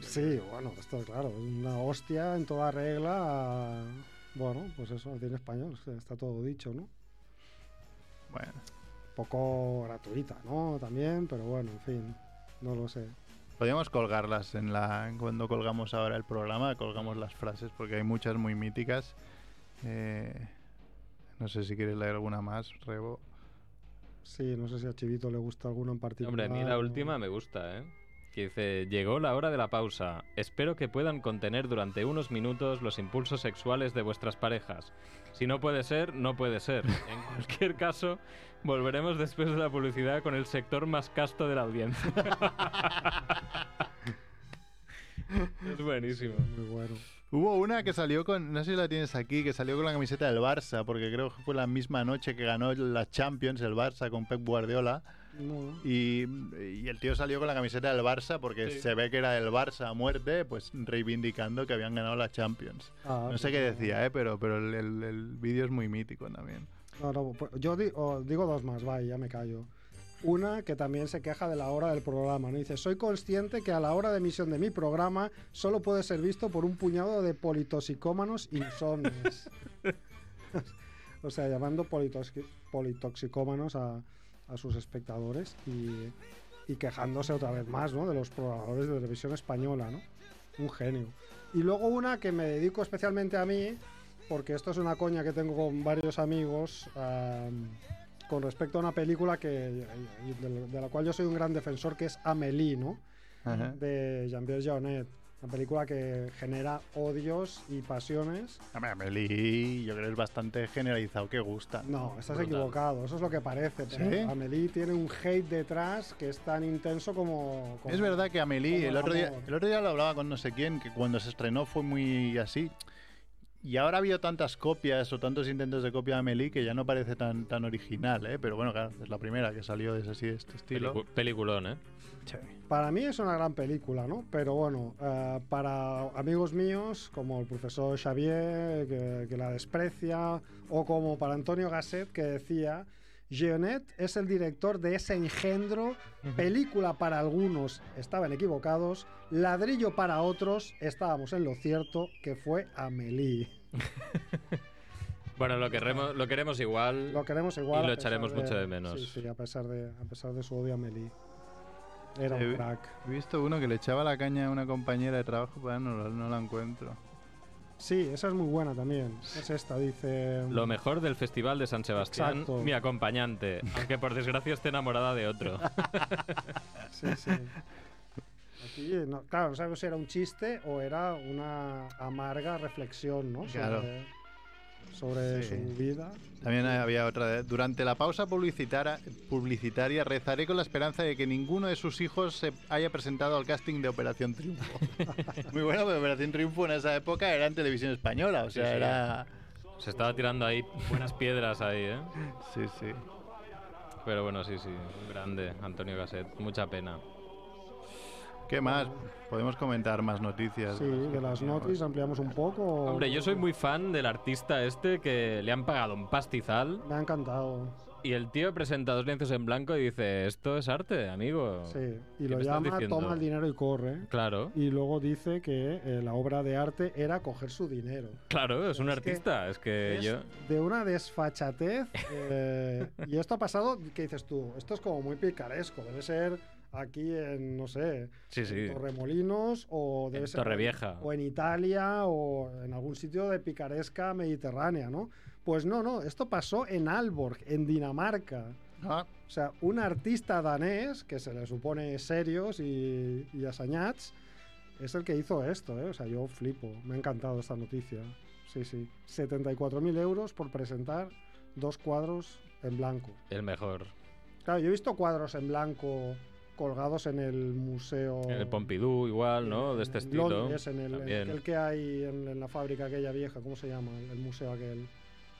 [SPEAKER 1] Sí, bueno, esto claro, es una hostia en toda regla. a- Bueno, pues eso, tiene español, o sea, está todo dicho, ¿no?
[SPEAKER 3] Bueno.
[SPEAKER 1] Poco gratuita, ¿no? También, pero bueno, en fin, no lo sé.
[SPEAKER 3] Podríamos colgarlas en la cuando colgamos ahora el programa, colgamos las frases porque hay muchas muy míticas. Eh, no sé si quieres leer alguna más, Rebo.
[SPEAKER 1] Sí, no sé si a Chivito le gusta alguna en particular.
[SPEAKER 2] Hombre, a mí la
[SPEAKER 1] o-
[SPEAKER 2] última me gusta, ¿eh? Que dice, llegó la hora de la pausa. Espero que puedan contener durante unos minutos los impulsos sexuales de vuestras parejas. Si no puede ser, no puede ser. En cualquier caso, volveremos después de la publicidad con el sector más casto de la audiencia. es buenísimo.
[SPEAKER 1] Muy bueno.
[SPEAKER 3] Hubo una que salió con, no sé si la tienes aquí, que salió con la camiseta del Barça, porque creo que fue la misma noche que ganó la Champions el Barça con Pep Guardiola.
[SPEAKER 1] No.
[SPEAKER 3] Y, y el tío salió con la camiseta del Barça porque
[SPEAKER 2] Sí.
[SPEAKER 3] se ve que era del Barça a muerte, pues reivindicando que habían ganado la Champions.
[SPEAKER 1] Ah,
[SPEAKER 3] No sé
[SPEAKER 1] pues
[SPEAKER 3] qué
[SPEAKER 1] no.
[SPEAKER 3] decía, ¿eh? pero, pero el, el- el vídeo es muy mítico también.
[SPEAKER 1] No, no, pues yo di- o digo dos más, vaya, ya me callo. Una que también se queja de la hora del programa, ¿no? Dice, soy consciente que a la hora de emisión de mi programa solo puede ser visto por un puñado de politoxicómanos insomnes. o sea, llamando politoxi- politoxicómanos a, a sus espectadores y, y quejándose otra vez más, ¿no? De los programadores de televisión española, ¿no? Un genio. Y luego una que me dedico especialmente a mí, porque esto es una coña que tengo con varios amigos am, con respecto a una película que, de, de la cual yo soy un gran defensor, que es Amélie, ¿no?
[SPEAKER 3] Ajá.
[SPEAKER 1] De Jean-Pierre Jeunet. Una película que genera odios y pasiones.
[SPEAKER 3] Hombre, Amelie, yo creo que es bastante generalizado que gusta.
[SPEAKER 1] No, estás
[SPEAKER 2] Brutal.
[SPEAKER 1] equivocado, eso es lo que parece. Pero
[SPEAKER 3] ¿Sí?
[SPEAKER 1] Amélie tiene un hate detrás que es tan intenso como... como-
[SPEAKER 3] Es verdad que Amelie,
[SPEAKER 1] como
[SPEAKER 3] el otro, día,
[SPEAKER 1] amor.
[SPEAKER 3] el otro día lo hablaba con no sé quién, que cuando se estrenó fue muy así. Y ahora ha habido tantas copias o tantos intentos de copia de Amélie que ya no parece tan, tan original, ¿eh? Pero bueno, claro, es la primera que salió de, ese, así, de este estilo.
[SPEAKER 2] Pelicu- peliculón, ¿eh?
[SPEAKER 3] Sí.
[SPEAKER 1] Para mí es una gran película, ¿no? Pero bueno, eh, para amigos míos, como el profesor Xavier, que, que la desprecia, o como para Antonio Gasset, que decía, Geonet es el director de ese engendro, película para algunos, estaban equivocados, ladrillo para otros, estábamos en lo cierto, que fue Amélie.
[SPEAKER 2] Bueno, lo queremos, lo queremos igual.
[SPEAKER 1] Lo queremos igual.
[SPEAKER 2] Y lo
[SPEAKER 1] a pesar
[SPEAKER 2] echaremos mucho de menos.
[SPEAKER 1] Sí, sí, a pesar de, a pesar de su odio a Amélie. Era un
[SPEAKER 3] Eh,
[SPEAKER 1] crack.
[SPEAKER 3] He visto uno que le echaba la caña a una compañera de trabajo, pero no, la- no la encuentro.
[SPEAKER 1] Sí, esa es muy buena también. Es esta, dice. mm,
[SPEAKER 2] Lo mejor del Festival de San Sebastián,
[SPEAKER 1] Exacto.
[SPEAKER 2] mi acompañante, aunque por desgracia esté enamorada de otro.
[SPEAKER 1] Sí, sí. Aquí, no- claro, no sabemos si era un chiste o era una amarga reflexión, ¿no?
[SPEAKER 3] Claro.
[SPEAKER 1] Sobre, sobre
[SPEAKER 3] Sí.
[SPEAKER 1] su vida.
[SPEAKER 3] También había otra. de- Durante la pausa publicitara- publicitaria, rezaré con la esperanza de que ninguno de sus hijos se haya presentado al casting de Operación Triunfo. Muy bueno, pero Operación Triunfo en esa época era en televisión española, o sea,
[SPEAKER 2] sí.
[SPEAKER 3] era.
[SPEAKER 2] Se estaba tirando ahí buenas piedras ahí, ¿eh?
[SPEAKER 3] Sí, sí.
[SPEAKER 2] Pero bueno, sí, sí, un grande, Antonio Gasset, mucha pena.
[SPEAKER 3] ¿Qué más? Podemos comentar más noticias.
[SPEAKER 1] Sí, de las notis ampliamos un poco.
[SPEAKER 2] Hombre, yo soy muy fan del artista este que le han pagado un pastizal
[SPEAKER 1] Me ha encantado.
[SPEAKER 2] y el tío presenta dos lienzos en blanco y dice, esto es arte, amigo.
[SPEAKER 1] Sí.
[SPEAKER 2] ¿Qué
[SPEAKER 1] Y lo
[SPEAKER 2] me estás
[SPEAKER 1] llama,
[SPEAKER 2] diciendo?
[SPEAKER 1] toma el dinero y corre.
[SPEAKER 2] Claro,
[SPEAKER 1] Y luego dice que eh, la obra de arte era coger su dinero.
[SPEAKER 2] claro, es un
[SPEAKER 1] Es que-
[SPEAKER 2] artista, es que
[SPEAKER 1] Es
[SPEAKER 2] Eh, yo...
[SPEAKER 1] De una desfachatez. eh, y esto ha pasado, ¿qué dices tú? Esto es como muy picaresco. Debe ser aquí en, no sé,
[SPEAKER 2] Sí, sí.
[SPEAKER 1] en Torremolinos o debe
[SPEAKER 2] En
[SPEAKER 1] ser-
[SPEAKER 2] Torrevieja.
[SPEAKER 1] o en Italia o en algún sitio de picaresca mediterránea, ¿no? Pues no, no, esto pasó en Alborg, en Dinamarca.
[SPEAKER 3] Ah,
[SPEAKER 1] O sea, un artista danés, que se le supone serios y, y asañats, es el que hizo esto, ¿eh? O sea, yo flipo. Me ha encantado esta noticia. Sí, sí. 74.000 euros por presentar dos cuadros en blanco.
[SPEAKER 2] El mejor.
[SPEAKER 1] Claro, yo he visto cuadros en blanco colgados en el museo.
[SPEAKER 2] El Pompidou igual, ¿no? De
[SPEAKER 1] Oh.
[SPEAKER 2] este
[SPEAKER 1] en
[SPEAKER 2] estilo.
[SPEAKER 1] Londres, en el, en
[SPEAKER 2] También.
[SPEAKER 1] aquel que hay en, en la fábrica aquella vieja, ¿cómo se llama? El, el museo aquel.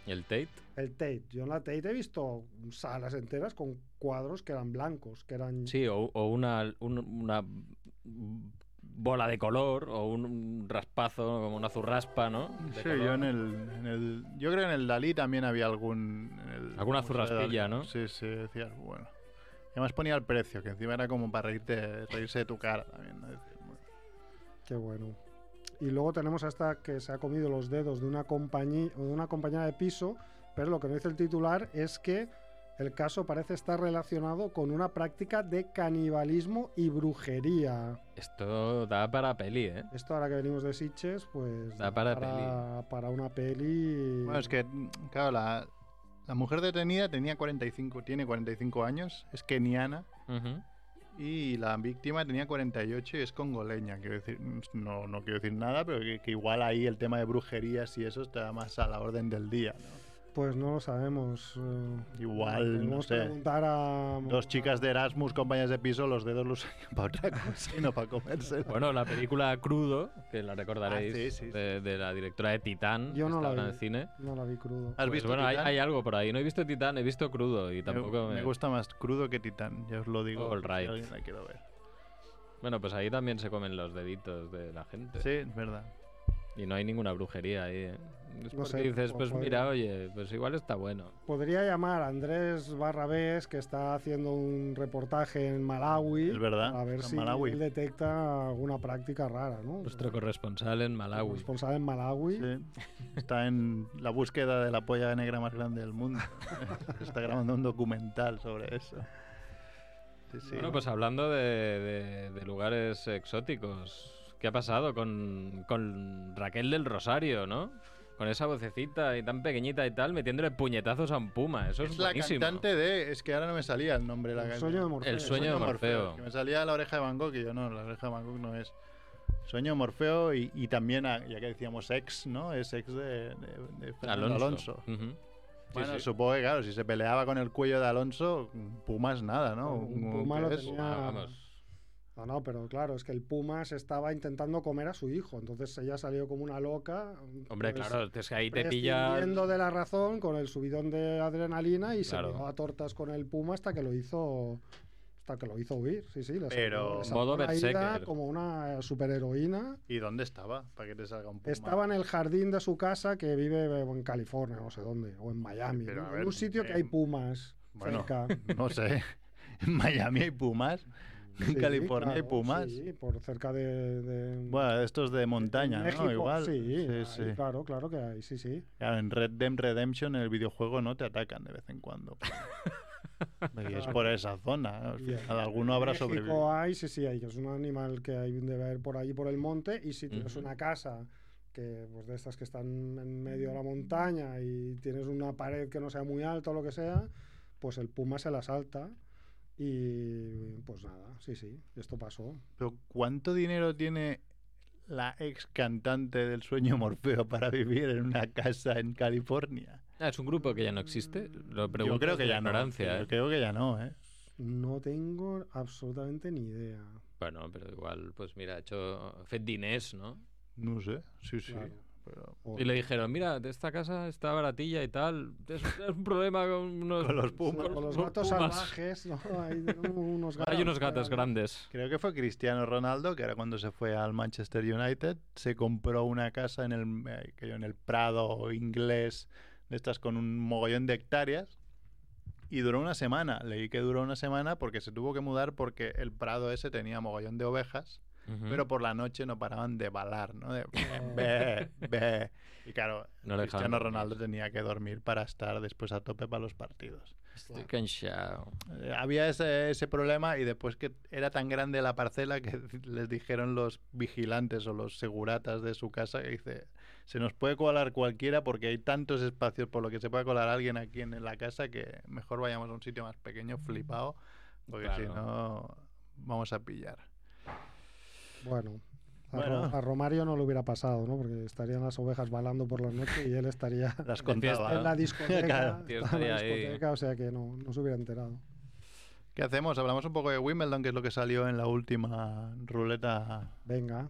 [SPEAKER 2] El Tate.
[SPEAKER 1] El Tate. Yo en la Tate he visto salas enteras con cuadros que eran blancos, que eran...
[SPEAKER 2] Sí, o, o una, un- una bola de color o un, un raspazo, como una zurraspa, ¿no? De
[SPEAKER 3] Sí,
[SPEAKER 2] color.
[SPEAKER 3] yo en el, en el- Yo creo que en el Dalí también había algún. en el
[SPEAKER 2] Alguna
[SPEAKER 3] Museo de
[SPEAKER 2] zurraspilla,
[SPEAKER 3] Dalí.
[SPEAKER 2] ¿no?
[SPEAKER 3] Sí, sí, decías, bueno. Y además ponía el precio, que encima era como para reírte, reírse de tu cara también. ¿no? Decir, bueno.
[SPEAKER 1] Qué bueno. Y luego tenemos a esta que se ha comido los dedos de una, compañía, de una compañera de piso, pero lo que no dice el titular es que el caso parece estar relacionado con una práctica de canibalismo y brujería.
[SPEAKER 2] Esto da para peli, ¿eh?
[SPEAKER 1] Esto ahora que venimos de Sitches, pues...
[SPEAKER 2] Da para
[SPEAKER 1] para una peli...
[SPEAKER 3] Bueno, es que, claro, la, la mujer detenida tenía 45, tiene 45 años, es keniana,
[SPEAKER 2] Ujú.
[SPEAKER 3] y la víctima tenía 48 y es congoleña. Quiero decir, no, no quiero decir nada, pero que, que igual ahí el tema de brujerías y eso está más a la orden del día. ¿no?
[SPEAKER 1] Pues no lo sabemos. eh,
[SPEAKER 3] Igual, no
[SPEAKER 1] podemos
[SPEAKER 3] sé.
[SPEAKER 1] preguntar a...
[SPEAKER 3] Dos chicas de Erasmus, compañeras de piso, los dedos los sacan para otra cosa y no para comerse.
[SPEAKER 2] Bueno, la película Crudo, que la recordaréis,
[SPEAKER 3] Ah, sí, sí, sí.
[SPEAKER 2] De, de la directora de Titán,
[SPEAKER 1] Yo
[SPEAKER 2] que
[SPEAKER 1] no
[SPEAKER 2] está
[SPEAKER 1] la
[SPEAKER 2] ahora
[SPEAKER 1] vi.
[SPEAKER 2] en el cine.
[SPEAKER 1] No la vi crudo.
[SPEAKER 3] ¿Has
[SPEAKER 2] Pues
[SPEAKER 3] visto
[SPEAKER 2] bueno, hay,
[SPEAKER 3] Titán?
[SPEAKER 2] hay algo por ahí. No he visto Titán, he visto Crudo y
[SPEAKER 3] Me-
[SPEAKER 2] tampoco
[SPEAKER 3] me,
[SPEAKER 2] me...
[SPEAKER 3] gusta más crudo que Titán, ya os lo digo.
[SPEAKER 2] All
[SPEAKER 3] si
[SPEAKER 2] right.
[SPEAKER 3] alguien la quiero ver.
[SPEAKER 2] Bueno, pues ahí también se comen los deditos de la gente.
[SPEAKER 3] Sí, es verdad.
[SPEAKER 2] Y no hay ninguna brujería ahí, ¿eh? Es
[SPEAKER 1] No
[SPEAKER 2] porque
[SPEAKER 1] sé,
[SPEAKER 2] dices,
[SPEAKER 1] o
[SPEAKER 2] pues
[SPEAKER 1] podría-
[SPEAKER 2] mira, oye, pues igual está bueno.
[SPEAKER 1] Podría llamar a Andrés Barrabés, que está haciendo un reportaje en Malawi.
[SPEAKER 3] Es verdad,
[SPEAKER 1] A ver
[SPEAKER 3] en
[SPEAKER 1] si
[SPEAKER 3] Malawi.
[SPEAKER 1] él detecta alguna práctica rara, ¿no?
[SPEAKER 2] Nuestro corresponsal en Pues Malawi.
[SPEAKER 1] Responsable en Malawi.
[SPEAKER 3] Sí. Está en la búsqueda de la polla negra más grande del mundo. Está grabando un documental sobre eso. Sí, sí.
[SPEAKER 2] Bueno, pues hablando de, de- de lugares exóticos, ¿qué ha pasado con, con Raquel del Rosario, no? Con esa vocecita y tan pequeñita y tal, metiéndole puñetazos a un puma. Eso es,
[SPEAKER 3] es la
[SPEAKER 2] buenísimo.
[SPEAKER 3] cantante de. Es que ahora no me salía el nombre de la
[SPEAKER 1] El
[SPEAKER 3] canción.
[SPEAKER 1] sueño de Morfeo. ¿eh?
[SPEAKER 2] El sueño de Morfeo.
[SPEAKER 3] que me salía la oreja de Van Gogh y yo no, la oreja de Van Gogh no es. Sueño de Morfeo y, y también, ah, ya que decíamos ex, ¿no? Es ex de, de- de Fernando
[SPEAKER 2] Alonso.
[SPEAKER 3] Alonso. Ah,
[SPEAKER 2] Ujú.
[SPEAKER 3] Bueno,
[SPEAKER 2] sí.
[SPEAKER 3] supongo que claro, si se peleaba con el cuello de Alonso, Pumas nada, ¿no?
[SPEAKER 1] Un Puma lo
[SPEAKER 3] que es-
[SPEAKER 1] tenía-
[SPEAKER 2] Ah, vamos.
[SPEAKER 1] No, no, pero claro, es que el Puma se estaba intentando comer a su hijo, entonces ella salió como una loca.
[SPEAKER 2] Hombre,
[SPEAKER 1] pues,
[SPEAKER 2] claro, es que ahí te pilla.
[SPEAKER 1] prescindiendo de la razón con el subidón de adrenalina y
[SPEAKER 2] Claro.
[SPEAKER 1] se pegó a tortas con el puma hasta que lo hizo hasta que lo hizo huir, sí, sí. le
[SPEAKER 3] Pero-
[SPEAKER 1] salvó- le salvó
[SPEAKER 2] Modo
[SPEAKER 1] la vida
[SPEAKER 2] berserker.
[SPEAKER 1] como una superheroína.
[SPEAKER 3] ¿Y dónde estaba? Para que te salga un poco.
[SPEAKER 1] Estaba en el jardín de su casa que vive eh, en California, no sé dónde, o en Miami,
[SPEAKER 3] Pero, a
[SPEAKER 1] ¿no?
[SPEAKER 3] ver,
[SPEAKER 1] en un sitio que hay
[SPEAKER 3] em,
[SPEAKER 1] pumas
[SPEAKER 3] bueno,
[SPEAKER 1] cerca.
[SPEAKER 3] No sé. En Miami hay pumas. En
[SPEAKER 1] Sí,
[SPEAKER 3] California hay
[SPEAKER 1] claro,
[SPEAKER 3] pumas.
[SPEAKER 1] Sí, por cerca de, de-
[SPEAKER 3] Bueno, esto es de montaña, ¿no?
[SPEAKER 1] México,
[SPEAKER 3] Igual.
[SPEAKER 1] Sí, ahí,
[SPEAKER 3] sí.
[SPEAKER 1] claro, claro que hay, sí, sí.
[SPEAKER 3] Claro, en Red Dead Redemption, en el videojuego, no te atacan de vez en cuando. y es por esa zona. ¿no? Al
[SPEAKER 1] Ya.
[SPEAKER 3] final Alguno habrá
[SPEAKER 1] México
[SPEAKER 3] sobrevivido.
[SPEAKER 1] hay, sí, sí, hay, que es un animal que hay de ver por ahí por el monte y si tienes
[SPEAKER 2] Ujú.
[SPEAKER 1] una casa que pues de estas que están en medio de la montaña y tienes una pared que no sea muy alta o lo que sea, pues el puma se la salta y pues nada, sí, sí, esto pasó.
[SPEAKER 3] Pero ¿cuánto dinero tiene la ex cantante del sueño Morfeo para vivir en una casa en California?
[SPEAKER 2] Ah, es un grupo que ya no existe. Lo
[SPEAKER 3] Yo
[SPEAKER 2] pregunto
[SPEAKER 3] creo que
[SPEAKER 2] desde
[SPEAKER 3] ya no.
[SPEAKER 2] ignorancia,
[SPEAKER 3] Yo
[SPEAKER 2] ¿eh?
[SPEAKER 3] creo que ya no, ¿eh?
[SPEAKER 1] No tengo absolutamente ni idea.
[SPEAKER 2] Bueno, pero igual, pues mira, ha hecho Fed Dinés, ¿no?
[SPEAKER 3] No sé. Sí, sí.
[SPEAKER 1] Claro.
[SPEAKER 3] Pero
[SPEAKER 1] O-
[SPEAKER 2] Y le dijeron, mira, de esta casa está baratilla y tal. Es, es un problema con unos...
[SPEAKER 3] Con los
[SPEAKER 1] o-
[SPEAKER 3] pumas.
[SPEAKER 1] o los
[SPEAKER 2] con
[SPEAKER 1] gatos
[SPEAKER 2] pumas.
[SPEAKER 1] salvajes, ¿no? Hay unos gatos.
[SPEAKER 2] Hay unos gatos
[SPEAKER 1] que-
[SPEAKER 2] grandes.
[SPEAKER 3] Creo que fue Cristiano Ronaldo, que era cuando se fue al Manchester United, se compró una casa en el, eh, creo, en el Prado inglés, de estas con un mogollón de hectáreas, y duró una semana. Leí que duró una semana porque se tuvo que mudar porque el Prado ese tenía mogollón de ovejas,
[SPEAKER 2] Ujú.
[SPEAKER 3] pero por la noche no paraban de balar, ¿no? De
[SPEAKER 1] Oh.
[SPEAKER 3] "Bé, bé". Y claro,
[SPEAKER 2] No le dejaban
[SPEAKER 3] Cristiano
[SPEAKER 2] dormir.
[SPEAKER 3] Ronaldo tenía que dormir para estar después a tope para los partidos.
[SPEAKER 2] Estoy cansado.
[SPEAKER 3] Eh, Había ese, ese problema y después que era tan grande la parcela que les dijeron los vigilantes o los seguratas de su casa que dice, se nos puede colar cualquiera porque hay tantos espacios por lo que se puede colar alguien aquí en la casa que mejor vayamos a un sitio más pequeño, flipado, porque si
[SPEAKER 2] Claro.
[SPEAKER 3] no vamos a pillar.
[SPEAKER 1] Bueno. A, Ro-
[SPEAKER 3] Bueno.
[SPEAKER 1] a Romario no le hubiera pasado, ¿no? Porque estarían las ovejas balando por la noche y él estaría
[SPEAKER 2] fiesta.
[SPEAKER 3] Las
[SPEAKER 1] en
[SPEAKER 3] contaba.
[SPEAKER 1] la
[SPEAKER 3] ¿no?
[SPEAKER 1] discoteca.
[SPEAKER 3] Claro.
[SPEAKER 2] Tío,
[SPEAKER 1] estaba en la
[SPEAKER 2] estaría ahí.
[SPEAKER 1] discoteca, o sea que no, no se hubiera enterado.
[SPEAKER 3] ¿Qué hacemos? Hablamos un poco de Wimbledon, que es lo que salió en la última ruleta.
[SPEAKER 1] Venga.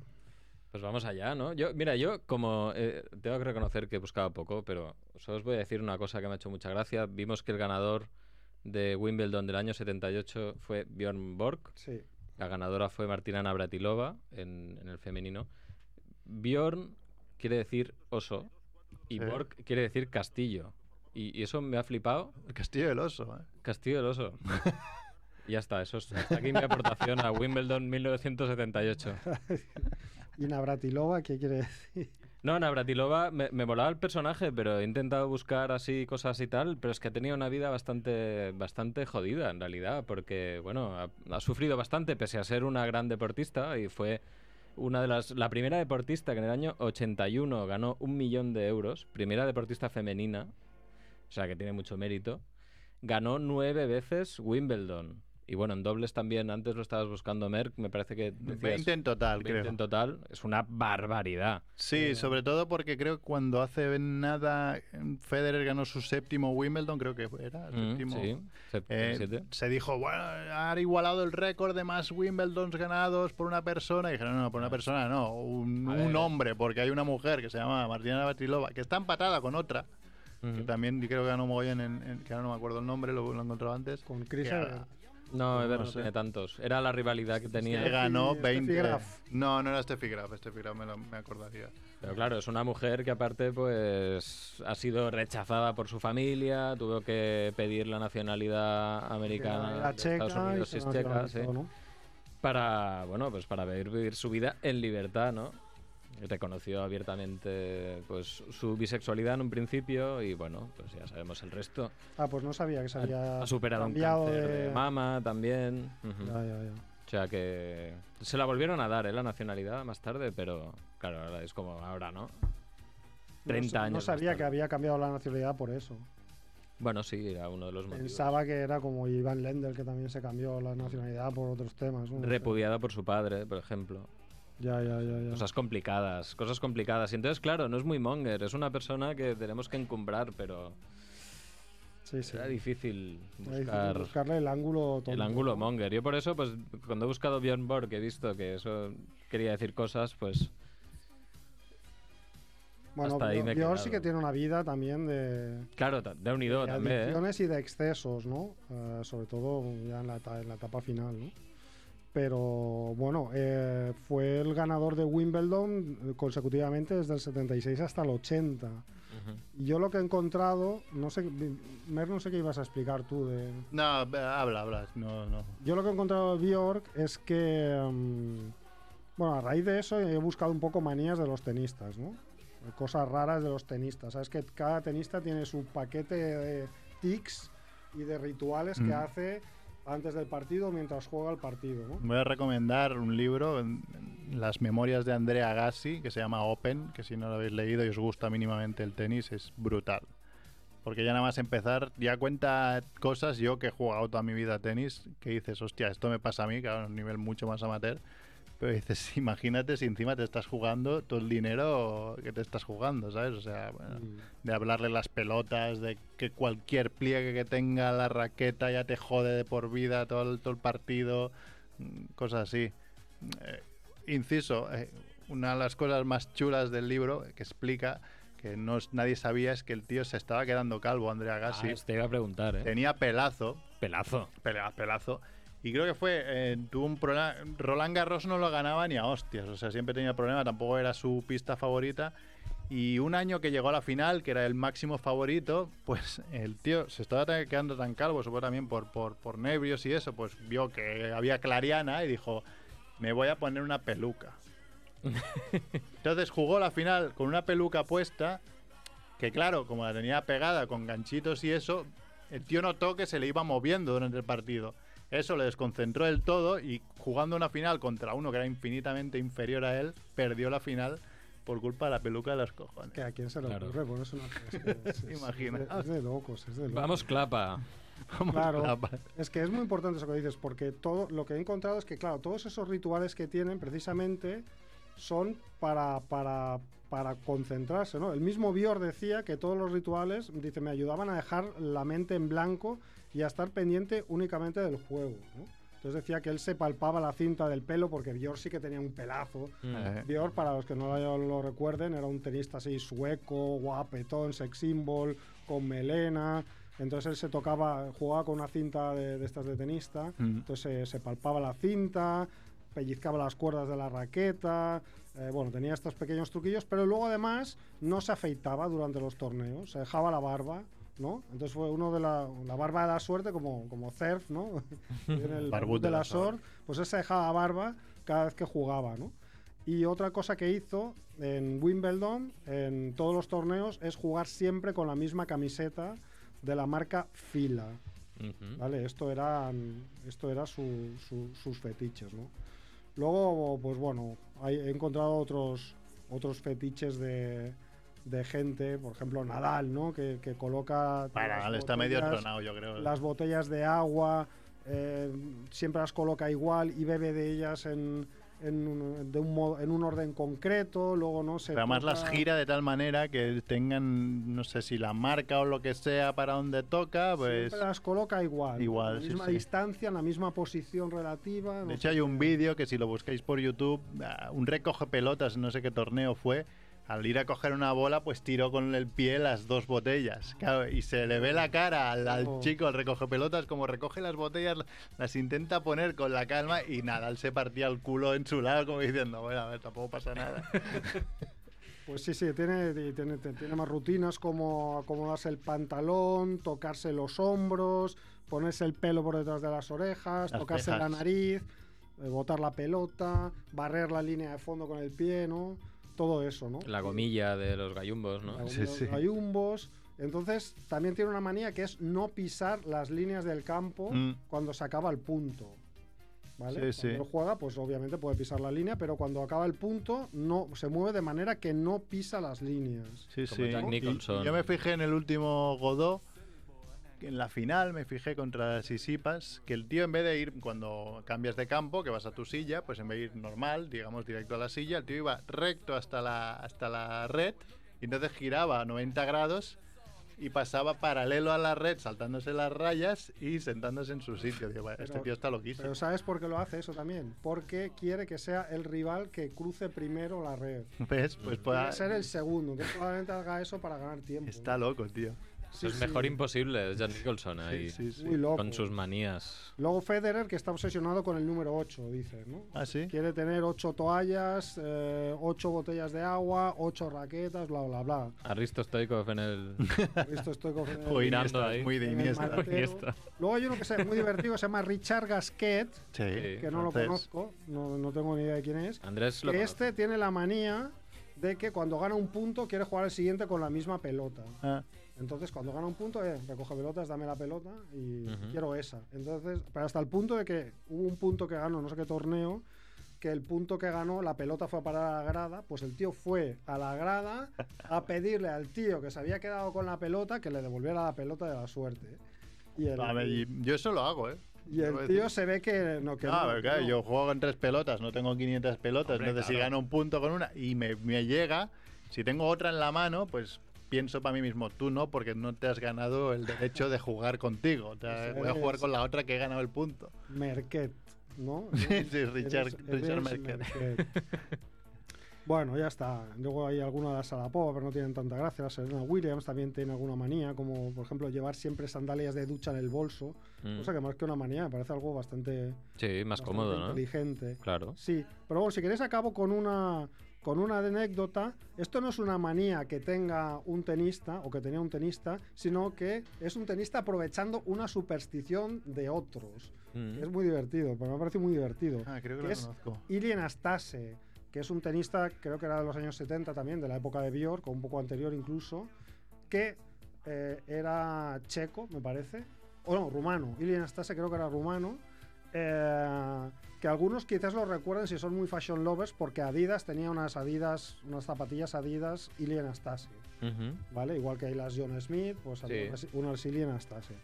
[SPEAKER 2] Pues vamos allá, ¿no? Yo, mira, yo como eh, tengo que reconocer que buscaba poco, pero solo os voy a decir una cosa que me ha hecho mucha gracia. Vimos que el ganador de Wimbledon del año 78 fue Bjorn Borg.
[SPEAKER 1] Sí.
[SPEAKER 2] La ganadora fue Martina Navratilova en, en el femenino. Bjorn quiere decir oso y
[SPEAKER 3] Sí.
[SPEAKER 2] Borg quiere decir castillo. Y, y eso me ha flipado.
[SPEAKER 3] El castillo del oso. ¿eh?
[SPEAKER 2] Castillo del oso. Y ya está, eso es hasta aquí mi aportación a Wimbledon 1978.
[SPEAKER 1] Y Navratilova, ¿qué quiere decir?
[SPEAKER 2] No, Navratilova, me, me molaba el personaje, pero he intentado buscar así cosas y tal, pero es que ha tenido una vida bastante, bastante jodida en realidad, porque, bueno, ha, ha sufrido bastante pese a ser una gran deportista y fue una de las, la primera deportista que en el año 81 ganó un millón de euros, primera deportista femenina, o sea que tiene mucho mérito, ganó nueve veces Wimbledon. Y bueno, en dobles también, antes lo estabas buscando, Merck, me parece que decías
[SPEAKER 3] 20 en total,
[SPEAKER 2] 20
[SPEAKER 3] creo.
[SPEAKER 2] en total, es una barbaridad.
[SPEAKER 3] Sí, sobre todo porque creo que cuando hace nada em, Federer ganó su séptimo Wimbledon, creo que era.
[SPEAKER 2] Mm,
[SPEAKER 3] séptimo.
[SPEAKER 2] sí, sep-
[SPEAKER 3] Eh,
[SPEAKER 2] siete.
[SPEAKER 3] se dijo, bueno, ha igualado el récord de más Wimbledons ganados por una persona. Y dijeron, no, no, por una persona no, un,
[SPEAKER 2] Ah. A
[SPEAKER 3] un
[SPEAKER 2] ver.
[SPEAKER 3] hombre, porque hay una mujer que se llama Martina Batilova, que está empatada con otra, que
[SPEAKER 2] Ujú.
[SPEAKER 3] también creo que ganó Mogollón, en, en- que ahora no me acuerdo el nombre, lo, lo he encontrado antes.
[SPEAKER 1] Con Chris
[SPEAKER 3] Que-
[SPEAKER 1] Evert.
[SPEAKER 2] No, Ever no,
[SPEAKER 3] sé.
[SPEAKER 2] tiene tantos. Era la rivalidad que tenía.
[SPEAKER 3] Que ganó
[SPEAKER 1] Steffi
[SPEAKER 3] 20.
[SPEAKER 1] Graf.
[SPEAKER 3] No, no era Steffi Graf, Steffi Graf me, lo- me acordaría.
[SPEAKER 2] Pero claro, es una mujer que aparte pues ha sido rechazada por su familia, tuvo que pedir la nacionalidad americana
[SPEAKER 1] La
[SPEAKER 2] de Estados
[SPEAKER 1] checa. y
[SPEAKER 2] Unidos,
[SPEAKER 1] se
[SPEAKER 2] sí, es checa,
[SPEAKER 1] nacionalizó,
[SPEAKER 2] sí,
[SPEAKER 1] ¿no?
[SPEAKER 2] para, bueno, pues para vivir, vivir su vida en libertad, ¿no? Reconoció abiertamente pues su bisexualidad en un principio y bueno, pues ya sabemos el resto.
[SPEAKER 1] Ah, pues no sabía que se había
[SPEAKER 2] Ha superado un
[SPEAKER 1] cambiado
[SPEAKER 2] cáncer
[SPEAKER 1] de...
[SPEAKER 2] de, mama también. Ujú.
[SPEAKER 1] Ya, ya, ya.
[SPEAKER 2] O sea que se la volvieron a dar, ¿eh? La nacionalidad más tarde, pero claro, ahora es como ahora, ¿no? 30
[SPEAKER 1] no, sa-
[SPEAKER 2] años.
[SPEAKER 1] No
[SPEAKER 2] más
[SPEAKER 1] sabía que
[SPEAKER 2] tarde.
[SPEAKER 1] había cambiado la nacionalidad por eso.
[SPEAKER 2] Bueno, sí, era uno de los motivos.
[SPEAKER 1] Pensaba que era como Iván Lendl, que también se cambió la nacionalidad por otros temas. ¿no? No sé.
[SPEAKER 2] Repudiada por su padre, por ejemplo.
[SPEAKER 1] Ya, ya, ya. ya.
[SPEAKER 2] Cosas complicadas, cosas complicadas. Y entonces, claro, no es muy monger, es una persona que tenemos que encumbrar, pero
[SPEAKER 1] Sí, sí.
[SPEAKER 2] Era difícil
[SPEAKER 1] Era difícil
[SPEAKER 2] buscar
[SPEAKER 1] buscarle el ángulo tonto,
[SPEAKER 2] el ángulo
[SPEAKER 1] ¿no?
[SPEAKER 2] monger. Yo por eso, pues cuando he buscado Bjorn Borg, he visto que eso quería decir cosas, pues
[SPEAKER 1] Bueno,
[SPEAKER 2] Hasta ahí me he
[SPEAKER 1] Bjorn sí
[SPEAKER 2] quedado.
[SPEAKER 1] que tiene una vida también de,
[SPEAKER 2] claro, ta- de unido
[SPEAKER 1] de
[SPEAKER 2] también. ¿eh?
[SPEAKER 1] adicciones y de excesos, ¿no? Eh, sobre todo ya en la, eta- en la etapa final, ¿no? Pero bueno, eh, fue el ganador de Wimbledon eh, consecutivamente desde el 76 hasta el 80.
[SPEAKER 2] Ujú.
[SPEAKER 1] Y yo lo que he encontrado, no sé, Mer, no sé qué ibas a explicar tú de...
[SPEAKER 3] No, habla, habla. No, no.
[SPEAKER 1] Yo lo que he encontrado de Bjork es que. mm, bueno, a raíz de eso he buscado un poco manías de los tenistas, ¿no? Eh, Cosas raras de los tenistas. Sabes que cada tenista tiene su paquete de tics y de rituales que
[SPEAKER 3] Mm.
[SPEAKER 1] hace antes del partido mientras juega el partido, ¿no?
[SPEAKER 3] Voy a recomendar un libro, en- en las memorias de Andrea Gassi, que se llama Open, que si no lo habéis leído y os gusta mínimamente el tenis, es brutal. Porque ya nada más empezar, ya cuenta cosas, yo que he jugado toda mi vida a tenis, que dices, hostia, esto me pasa a mí, claro, a un nivel mucho más amateur, pero dices, imagínate si encima te estás jugando todo el dinero que te estás jugando, ¿sabes? O sea, bueno,
[SPEAKER 1] Mm.
[SPEAKER 3] de hablarle las pelotas, de que cualquier pliegue que tenga la raqueta ya te jode de por vida todo el, todo el partido, mm, cosas así. Eh, inciso, eh, una de las cosas más chulas del libro que explica que no, es- nadie sabía es que el tío se estaba quedando calvo, Andrea
[SPEAKER 2] Ah,
[SPEAKER 3] Gassi.
[SPEAKER 2] te iba a preguntar, ¿eh?
[SPEAKER 3] Tenía pelazo,
[SPEAKER 2] Pelazo.
[SPEAKER 3] pelea- pelazo. Y creo que fue, eh, tuvo un problema, Roland Garros no lo ganaba ni a hostias, o sea, siempre tenía problema, tampoco era su pista favorita. Y un año que llegó a la final, que era el máximo favorito, pues el tío se estaba tan- quedando tan calvo, supongo también por, por, por nervios y eso, pues vio que había Clariana y dijo, me voy a poner una peluca. Entonces jugó la final con una peluca puesta, que claro, como la tenía pegada con ganchitos y eso, el tío notó que se le iba moviendo durante el partido. Eso le desconcentró del todo y jugando una final contra uno que era infinitamente inferior a él, perdió la final por culpa de la peluca de los cojones.
[SPEAKER 1] Que a quién se le
[SPEAKER 2] Claro.
[SPEAKER 1] ocurre, bueno, es una. es que es- es-
[SPEAKER 3] Imagina.
[SPEAKER 1] Es de, es de locos, es de locos.
[SPEAKER 2] Vamos, clapa.
[SPEAKER 3] Vamos,
[SPEAKER 1] Claro.
[SPEAKER 3] la pa-
[SPEAKER 1] Es que es muy importante eso que dices, porque todo lo que he encontrado es que, claro, todos esos rituales que tienen precisamente son para, para, para concentrarse, ¿no? El mismo Bior decía que todos los rituales, dice, me ayudaban a dejar la mente en blanco y a estar pendiente únicamente del juego, ¿no? Entonces decía que él se palpaba la cinta del pelo porque Bior sí que tenía un pelazo.
[SPEAKER 3] Eh,
[SPEAKER 1] Björk, para los que no lo, lo recuerden, era un tenista así sueco, guapetón, sex symbol, con melena. Entonces él se tocaba, jugaba con una cinta de, de estas de tenista.
[SPEAKER 3] Mm.
[SPEAKER 1] Entonces eh, se palpaba la cinta, pellizcaba las cuerdas de la raqueta. eh, bueno, tenía estos pequeños truquillos, pero luego además no se afeitaba durante los torneos, se dejaba la barba. ¿no? Entonces fue uno de la, la barba de la suerte, como, como Cerf, ¿no? Tiene el barbud de la Sor, pues él se dejaba la barba cada vez que jugaba, ¿no? Y otra cosa que hizo en Wimbledon, en todos los torneos, es jugar siempre con la misma camiseta de la marca Fila.
[SPEAKER 2] Ujú.
[SPEAKER 1] ¿Vale? Esto eran. Esto era su- su- sus fetiches, ¿no? Luego, pues bueno, hay- he encontrado otros, otros fetiches de, de gente, por ejemplo, Nadal, ¿no? Que, que coloca.
[SPEAKER 3] Para,
[SPEAKER 1] las
[SPEAKER 3] le está medio
[SPEAKER 1] botellas-
[SPEAKER 3] tronado, yo creo.
[SPEAKER 1] las botellas de agua, eh, siempre las coloca igual y bebe de ellas en, en un- de un, mo- en un orden concreto, luego no sé.
[SPEAKER 3] Pero además las gira de tal manera que tengan, no sé si la marca o lo que sea para donde toca, pues...
[SPEAKER 1] Siempre las coloca igual. En
[SPEAKER 3] Igual,
[SPEAKER 1] la
[SPEAKER 3] sí,
[SPEAKER 1] misma
[SPEAKER 3] sí.
[SPEAKER 1] distancia, en la misma posición relativa. no
[SPEAKER 3] De hecho,
[SPEAKER 1] sé
[SPEAKER 3] hay un
[SPEAKER 1] qué.
[SPEAKER 3] vídeo que si lo buscáis por YouTube, ah, un recoge pelotas, no sé qué torneo fue. Al ir a coger una bola, pues tiró con el pie las dos botellas. Claro, y se le ve la cara al, al
[SPEAKER 1] Oh.
[SPEAKER 3] chico, al recoge pelotas, como recoge las botellas, las intenta poner con la calma y Nadal se partía el culo en su lado, como diciendo, bueno, a ver, tampoco pasa nada.
[SPEAKER 1] Pues sí, sí, tiene, ti- tiene, ti- tiene más rutinas como acomodarse el pantalón, tocarse los hombros, ponerse el pelo por detrás de las orejas,
[SPEAKER 3] Las
[SPEAKER 1] tocarse la
[SPEAKER 3] cejas.
[SPEAKER 1] nariz, eh, botar la pelota, barrer la línea de fondo con el pie, ¿no? Todo eso, ¿no?
[SPEAKER 2] La gomilla de los gallumbos, ¿no?
[SPEAKER 1] Hay
[SPEAKER 3] Sí, sí.
[SPEAKER 1] Entonces, también tiene una manía que es no pisar las líneas del campo
[SPEAKER 3] Mm.
[SPEAKER 1] cuando se acaba el punto. ¿Vale?
[SPEAKER 3] Sí,
[SPEAKER 1] cuando
[SPEAKER 3] sí.
[SPEAKER 1] él juega, pues obviamente puede pisar la línea, pero cuando acaba el punto, no se mueve de manera que no pisa las líneas.
[SPEAKER 3] Sí,
[SPEAKER 2] Como
[SPEAKER 3] sí.
[SPEAKER 2] Jack
[SPEAKER 3] Y- y
[SPEAKER 2] Nicholson.
[SPEAKER 3] yo me fijé en el último Godó, que en la final me fijé contra Sisipas, que el tío en vez de ir cuando cambias de campo, que vas a tu silla, pues en vez de ir normal, digamos directo a la silla, el tío iba recto hasta la, hasta la red y entonces giraba a 90 grados y pasaba paralelo a la red, saltándose las rayas y sentándose en su sitio. Digo, "Vale, este
[SPEAKER 1] Pero-
[SPEAKER 3] tío está loquísimo.
[SPEAKER 1] Pero ¿sabes por qué lo hace eso también? Porque quiere que sea el rival que cruce primero la red.
[SPEAKER 3] ¿Ves? Pues
[SPEAKER 1] Quiere
[SPEAKER 3] para-
[SPEAKER 1] ser el segundo. Entonces probablemente haga eso para ganar tiempo.
[SPEAKER 3] está loco, tío.
[SPEAKER 1] Sí,
[SPEAKER 2] es mejor
[SPEAKER 1] sí.
[SPEAKER 2] imposible, es Jack Nicholson ahí.
[SPEAKER 3] Sí, sí, sí.
[SPEAKER 1] Muy loco.
[SPEAKER 2] Con sus manías.
[SPEAKER 1] Luego Federer, que está obsesionado con el número 8, dice, ¿no?
[SPEAKER 3] Ah, sí.
[SPEAKER 1] Quiere tener 8 toallas, 8 botellas de agua, 8 raquetas, bla, bla, bla.
[SPEAKER 2] Aristo Stoikov en el.
[SPEAKER 1] Esto estoy con Federer.
[SPEAKER 3] Muy
[SPEAKER 2] Mirando
[SPEAKER 3] Iniesta,
[SPEAKER 2] ahí.
[SPEAKER 3] muy de
[SPEAKER 1] en el
[SPEAKER 3] Iniesta.
[SPEAKER 1] martero.
[SPEAKER 2] Iniesta.
[SPEAKER 1] Luego hay uno que es muy divertido, que se llama Richard Gasquet,
[SPEAKER 3] Sí,
[SPEAKER 1] que no lo
[SPEAKER 3] francés. Ah,
[SPEAKER 1] conozco, no, no tengo ni idea de quién es.
[SPEAKER 2] Andrés lo
[SPEAKER 1] Que
[SPEAKER 2] conoce.
[SPEAKER 1] este tiene la manía de que cuando gana un punto quiere jugar el siguiente con la misma pelota.
[SPEAKER 3] Ah,
[SPEAKER 1] Entonces, cuando gana un punto, eh, recoge pelotas, dame la pelota y
[SPEAKER 2] Ujú.
[SPEAKER 1] quiero esa. Entonces, pero hasta el punto de que hubo un punto que ganó, no sé qué torneo, que el punto que ganó, la pelota fue a parar a la grada, pues el tío fue a la grada a pedirle al tío que se había quedado con la pelota que le devolviera la pelota de la suerte. Y el,
[SPEAKER 3] a ver, y yo eso lo hago, ¿eh?
[SPEAKER 1] y el
[SPEAKER 3] Debo
[SPEAKER 1] tío
[SPEAKER 3] decir.
[SPEAKER 1] se ve que no que
[SPEAKER 3] Ah,
[SPEAKER 1] no,
[SPEAKER 3] pero claro,
[SPEAKER 1] no.
[SPEAKER 3] yo juego con tres pelotas, no tengo 500 pelotas,
[SPEAKER 2] Hombre,
[SPEAKER 3] entonces si
[SPEAKER 2] claro.
[SPEAKER 3] gano un punto con una y me, me llega, si tengo otra en la mano, pues pienso para mí mismo, tú no, porque no te has ganado el derecho de jugar contigo, o sea,
[SPEAKER 1] Eso
[SPEAKER 3] voy a jugar
[SPEAKER 1] es.
[SPEAKER 3] con la otra que he ganado el punto.
[SPEAKER 1] Merquet, ¿no?
[SPEAKER 3] Sí, sí, Richard-
[SPEAKER 1] Eres-
[SPEAKER 3] Richard
[SPEAKER 1] eres
[SPEAKER 3] Merquet.
[SPEAKER 1] bueno, ya está. Luego hay alguna de las Sarapova, pero no tienen tanta gracia. La Serena Williams también tiene alguna manía, como por ejemplo llevar siempre sandalias de ducha en el bolso.
[SPEAKER 2] Mm.
[SPEAKER 1] Cosa que más que una manía, me parece algo bastante,
[SPEAKER 2] Sí, más
[SPEAKER 1] bastante
[SPEAKER 2] cómodo, ¿no?
[SPEAKER 1] inteligente.
[SPEAKER 2] Claro.
[SPEAKER 1] Sí, pero bueno, si queréis acabo con una con una anécdota. Esto no es una manía que tenga un tenista o que tenía un tenista, sino que es un tenista aprovechando una superstición de otros.
[SPEAKER 2] Mm.
[SPEAKER 1] Es muy divertido, pero me parece muy divertido.
[SPEAKER 3] Ah, creo
[SPEAKER 1] que
[SPEAKER 3] que
[SPEAKER 1] lo Es-
[SPEAKER 3] lo conozco.
[SPEAKER 1] Ilien Astase, que es un tenista, creo que era de los años 70 también, de la época de Bjork, o un poco anterior incluso, que eh, era checo, me parece, o no, rumano. Ilien Astase creo que era rumano. eh, que algunos quizás lo recuerden si son muy fashion lovers, porque Adidas tenía unas Adidas, unas zapatillas Adidas Ilien Astase.
[SPEAKER 2] Ujú.
[SPEAKER 1] ¿vale? Igual que hay las John Smith, pues había
[SPEAKER 2] Sí.
[SPEAKER 1] unas- una Silly en Astase.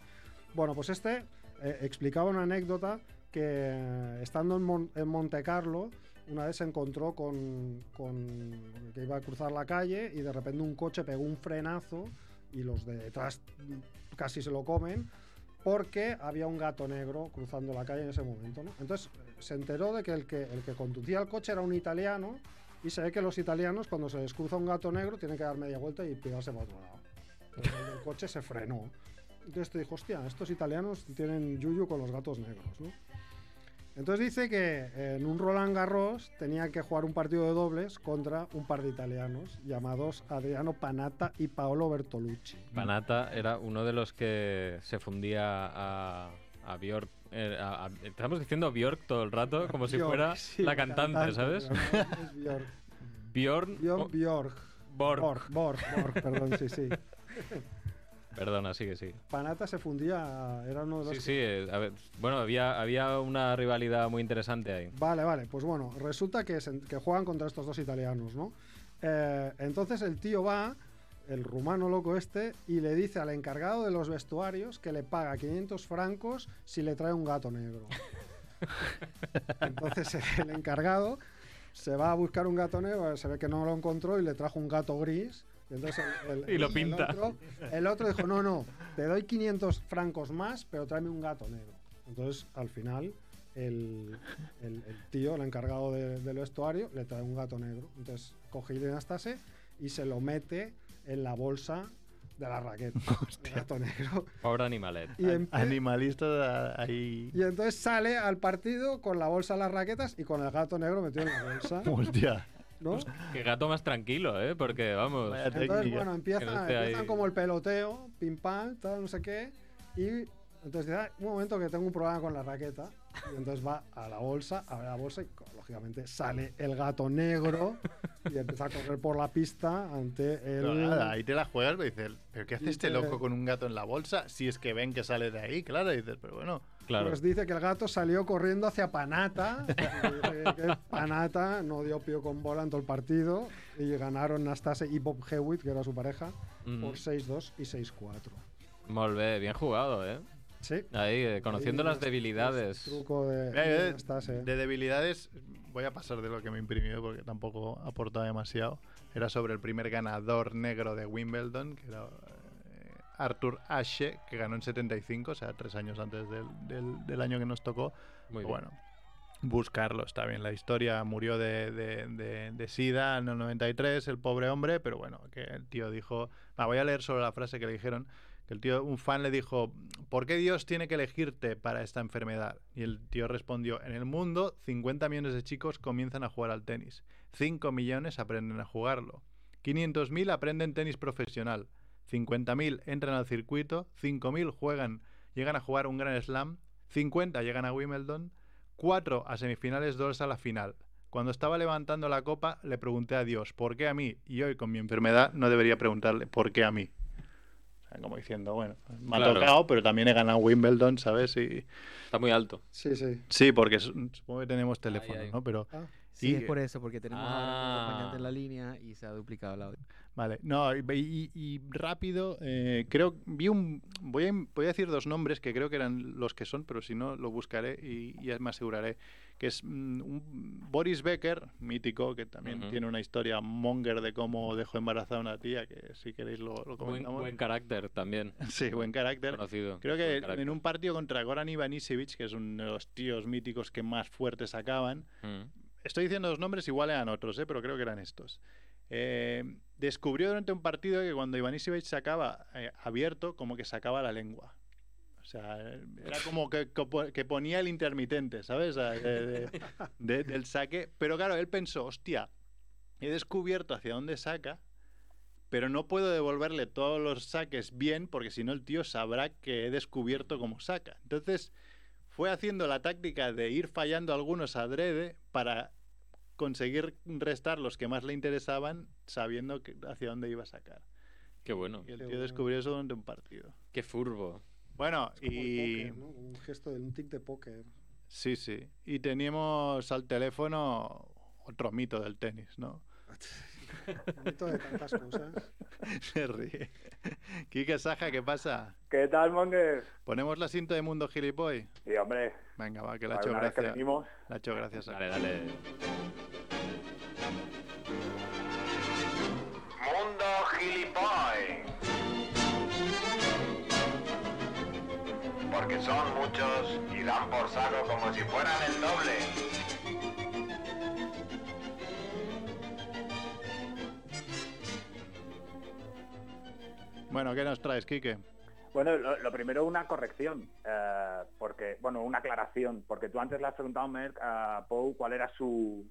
[SPEAKER 1] Bueno, pues este eh, explicaba una anécdota que eh, estando en, Mon- en Monte Carlo, una vez se encontró con, con que iba a cruzar la calle y de repente un coche pegó un frenazo y los de detrás mm, casi se lo comen porque había un gato negro cruzando la calle en ese momento. ¿no? Entonces eh, se enteró de que el, que el que conducía el coche era un italiano y se ve que los italianos, cuando se les cruza un gato negro, tienen que dar media vuelta y pegarse para otro lado. Entonces, el del coche se frenó. Entonces te dijo, hostia, estos italianos tienen yuyu con los gatos negros, ¿no? Entonces dice que eh, en un Roland Garros tenía que jugar un partido de dobles contra un par de italianos llamados Adriano Panatta y Paolo Bertolucci.
[SPEAKER 2] Panata era uno de los que se fundía a, a Bjork. eh, a- a- estamos diciendo Bjork todo el rato, como si
[SPEAKER 1] Björk,
[SPEAKER 2] fuera
[SPEAKER 1] sí,
[SPEAKER 2] la cantante, ¿sabes?
[SPEAKER 1] pero no, es Björk.
[SPEAKER 2] Bjorn.
[SPEAKER 1] Björn
[SPEAKER 2] oh,
[SPEAKER 1] Björk.
[SPEAKER 2] Borg.
[SPEAKER 1] Borg, Borg, Borg, perdón, sí, sí.
[SPEAKER 2] Perdona, sigue, sigue.
[SPEAKER 1] Panatta se fundía, era uno de los
[SPEAKER 2] Sí, sí. eh, a ver, bueno, había, había una rivalidad muy interesante ahí.
[SPEAKER 1] Vale, vale. Pues bueno, resulta que, se- que juegan contra estos dos italianos, ¿no? Eh, entonces el tío va, el rumano loco este, y le dice al encargado de los vestuarios que le paga 500 francos si le trae un gato negro. Entonces el encargado se va a buscar un gato negro, se ve que no lo encontró y le trajo un gato gris. Y, entonces el, el-
[SPEAKER 2] Y lo
[SPEAKER 1] el
[SPEAKER 2] pinta.
[SPEAKER 1] otro- el otro dijo, no, no, te doy 500 francos más, pero tráeme un gato negro. Entonces al final el, el- el tío, el encargado de- del vestuario, le trae un gato negro. Entonces coge Irene Astase y se lo mete en la bolsa de la raqueta. El gato negro.
[SPEAKER 2] Pobre eh. animalet.
[SPEAKER 1] Y, en-
[SPEAKER 3] Animalista a- ahí.
[SPEAKER 1] y entonces sale al partido con la bolsa de las raquetas y con el gato negro metido en la bolsa.
[SPEAKER 3] Hostia,
[SPEAKER 1] ¿no?
[SPEAKER 2] Qué gato más tranquilo, ¿eh? Porque, vamos.
[SPEAKER 3] Vaya
[SPEAKER 1] Entonces,
[SPEAKER 3] técnica.
[SPEAKER 1] bueno, empiezan,
[SPEAKER 2] Que no esté
[SPEAKER 1] empiezan
[SPEAKER 2] ahí.
[SPEAKER 1] como el peloteo, pim pam, tal, no sé qué. Y entonces dice, "Ah, un momento que tengo un problema con la raqueta. Y entonces va a la bolsa, abre la bolsa y, co- lógicamente, sale el gato negro y empieza a correr por la pista ante el.
[SPEAKER 3] Pero nada, ahí te la juegas, pero dices, ¿pero qué hace
[SPEAKER 1] Y
[SPEAKER 3] este
[SPEAKER 1] te-
[SPEAKER 3] loco con un gato en la bolsa? Si es que ven que sale de ahí, claro, y dices, pero bueno,
[SPEAKER 2] Claro.
[SPEAKER 1] Pues dice que el gato salió corriendo hacia Panata. y que Panata no dio pío con bola en todo el partido. Y ganaron Nastase y Bob Hewitt, que era su pareja,
[SPEAKER 2] Mm,
[SPEAKER 1] por 6-2 y 6-4.
[SPEAKER 2] molt bé, bien jugado, ¿eh?
[SPEAKER 1] Sí.
[SPEAKER 2] Ahí, eh, conociendo
[SPEAKER 1] Ahí
[SPEAKER 2] las
[SPEAKER 1] este
[SPEAKER 2] debilidades.
[SPEAKER 1] Truco de,
[SPEAKER 3] Mira, yo
[SPEAKER 1] Eh, de
[SPEAKER 3] de,
[SPEAKER 1] Nastase.
[SPEAKER 3] de debilidades voy a pasar de lo que me he imprimido porque tampoco aportaba demasiado. Era sobre el primer ganador negro de Wimbledon, que era eh, Arthur Ashe, que ganó en 75, o sea, tres años antes del, del- del año que nos tocó.
[SPEAKER 2] Muy bien.
[SPEAKER 3] bueno, buscarlo está bien. La historia murió de, de- de- de SIDA en el 93, el pobre hombre, pero bueno, que el tío dijo. Ah, voy a leer solo la frase que le dijeron. Que el tío, un fan le dijo, ¿por qué Dios tiene que elegirte para esta enfermedad? Y el tío respondió, en el mundo 50 millones de chicos comienzan a jugar al tenis, 5 millones aprenden a jugarlo, 500.000 aprenden tenis profesional, 50.000 entran al circuito, 5.000 juegan, llegan a jugar un gran slam, 50 llegan a Wimbledon, 4 a semifinales, 2 a la final. Cuando estaba levantando la copa, le pregunté a Dios, ¿por qué a mí? Y hoy con mi enfermedad no debería preguntarle, ¿por qué a mí? O sea, como diciendo, bueno, me ha
[SPEAKER 2] Claro.
[SPEAKER 3] tocado, pero también he ganado Wimbledon, ¿sabes? Y...
[SPEAKER 2] Está muy alto.
[SPEAKER 1] Sí, sí.
[SPEAKER 3] Sí, porque su- supongo que tenemos teléfono,
[SPEAKER 2] ay.
[SPEAKER 3] ¿no? Pero
[SPEAKER 1] Ah,
[SPEAKER 3] Y
[SPEAKER 4] Sí, es
[SPEAKER 3] que-
[SPEAKER 4] por eso, porque tenemos
[SPEAKER 2] Ah.
[SPEAKER 4] ahora un acompañante en la línea y se ha duplicado el audio.
[SPEAKER 3] Vale, no, y, y- y rápido, eh, creo, vi un, voy a, voy a decir dos nombres que creo que eran los que son, pero si no, lo buscaré y, y me aseguraré, que es mm, un- Boris Becker, mítico, que también
[SPEAKER 2] Ujú.
[SPEAKER 3] tiene una historia monger de cómo dejó embarazada a una tía, que si queréis lo,
[SPEAKER 2] Buen,
[SPEAKER 3] lo comentamos.
[SPEAKER 2] buen carácter también.
[SPEAKER 3] sí, buen carácter.
[SPEAKER 2] Conocido.
[SPEAKER 3] Creo
[SPEAKER 2] Buen
[SPEAKER 3] que
[SPEAKER 2] carácter.
[SPEAKER 3] en un partido contra Goran Ivanisevic, que es uno de los tíos míticos que más fuertes acaban,
[SPEAKER 2] Mm.
[SPEAKER 3] Estoy diciendo los nombres, igual eran otros, ¿eh? pero creo que eran estos. Eh, descubrió durante un partido que cuando Iván Isivich sacaba eh, abierto, como que sacaba la lengua. O sea, era como que, que po- que ponía el intermitente, ¿sabes? O sea, de- de- de- del saque. Pero claro, él pensó, hostia, he descubierto hacia dónde saca, pero no puedo devolverle todos los saques bien porque si no el tío sabrá que he descubierto cómo saca. Entonces fue haciendo la táctica de ir fallando algunos adrede para conseguir restar los que más le interesaban sabiendo que- hacia dónde iba a sacar.
[SPEAKER 2] Qué bueno.
[SPEAKER 3] Y
[SPEAKER 1] Oh,
[SPEAKER 3] el
[SPEAKER 1] Qué
[SPEAKER 3] tío
[SPEAKER 1] bueno.
[SPEAKER 3] descubrió eso durante un partido.
[SPEAKER 2] Qué furbo.
[SPEAKER 3] Bueno,
[SPEAKER 1] es como el
[SPEAKER 3] y...
[SPEAKER 1] póker, ¿no? Un gesto de un tic de póker.
[SPEAKER 3] Sí, sí. Y teníamos al teléfono otro mito del tenis, ¿no?
[SPEAKER 1] Un mito de tantas cosas.
[SPEAKER 3] Se ríe. Quique Saja, ¿qué pasa?
[SPEAKER 6] ¿Qué tal, Monger?
[SPEAKER 3] ¿Ponemos la cinta de Mundo Gilipoy?
[SPEAKER 6] Sí, hombre,
[SPEAKER 3] Venga, va, que le ha hecho
[SPEAKER 6] alguna vez que
[SPEAKER 3] gracia. Le
[SPEAKER 6] venimos.
[SPEAKER 3] ha hecho gracia. Saja.
[SPEAKER 2] Dale, dale.
[SPEAKER 7] Mundo Gilipoy. Porque son muchos y dan por saco como si fueran el doble.
[SPEAKER 3] Bueno, ¿qué nos traes, Quique?
[SPEAKER 6] Bueno, lo, lo primero una corrección, eh, porque bueno, una aclaración, porque tú antes le has preguntado Merck, a Pou cuál era su,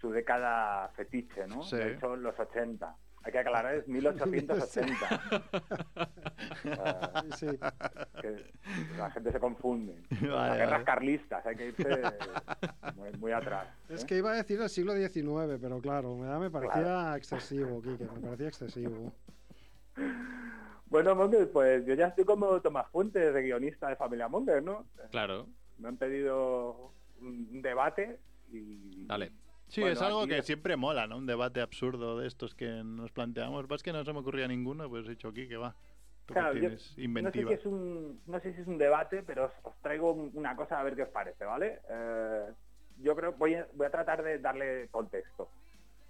[SPEAKER 6] su década fetiche, ¿no?
[SPEAKER 3] Sí.
[SPEAKER 6] De hecho, los 80. Hay que aclarar, es 1880. Eh,
[SPEAKER 1] Sí, sí.
[SPEAKER 6] que la gente se confunde.
[SPEAKER 3] Vale,
[SPEAKER 6] Las guerras
[SPEAKER 3] vale.
[SPEAKER 6] carlistas, hay que irse muy, muy atrás.
[SPEAKER 1] Es
[SPEAKER 6] ¿eh?
[SPEAKER 1] que iba a decir el siglo XIX, pero claro, me, da- me parecía excesivo, Kike, me parecía excesivo.
[SPEAKER 6] Bueno, Monger, pues yo ya estoy como Tomás Fuentes, de guionista de Familia Monger, ¿no?
[SPEAKER 2] Claro.
[SPEAKER 6] me han pedido un un debate y
[SPEAKER 2] Dale.
[SPEAKER 3] Sí,
[SPEAKER 6] Bueno,
[SPEAKER 3] es algo
[SPEAKER 6] aquí
[SPEAKER 3] que
[SPEAKER 6] es-
[SPEAKER 3] siempre mola, ¿no? Un debate absurdo de estos que nos planteamos. Vas que no se me ocurría ninguno, pues he dicho aquí que va. Tú que
[SPEAKER 6] Claro, yo
[SPEAKER 3] tienes
[SPEAKER 6] no sé,
[SPEAKER 3] inventiva.
[SPEAKER 6] si es un, no sé si es un debate, pero os, os traigo un- una cosa a ver qué os parece, ¿vale? Eh, yo creo, voy a, voy a tratar de darle contexto.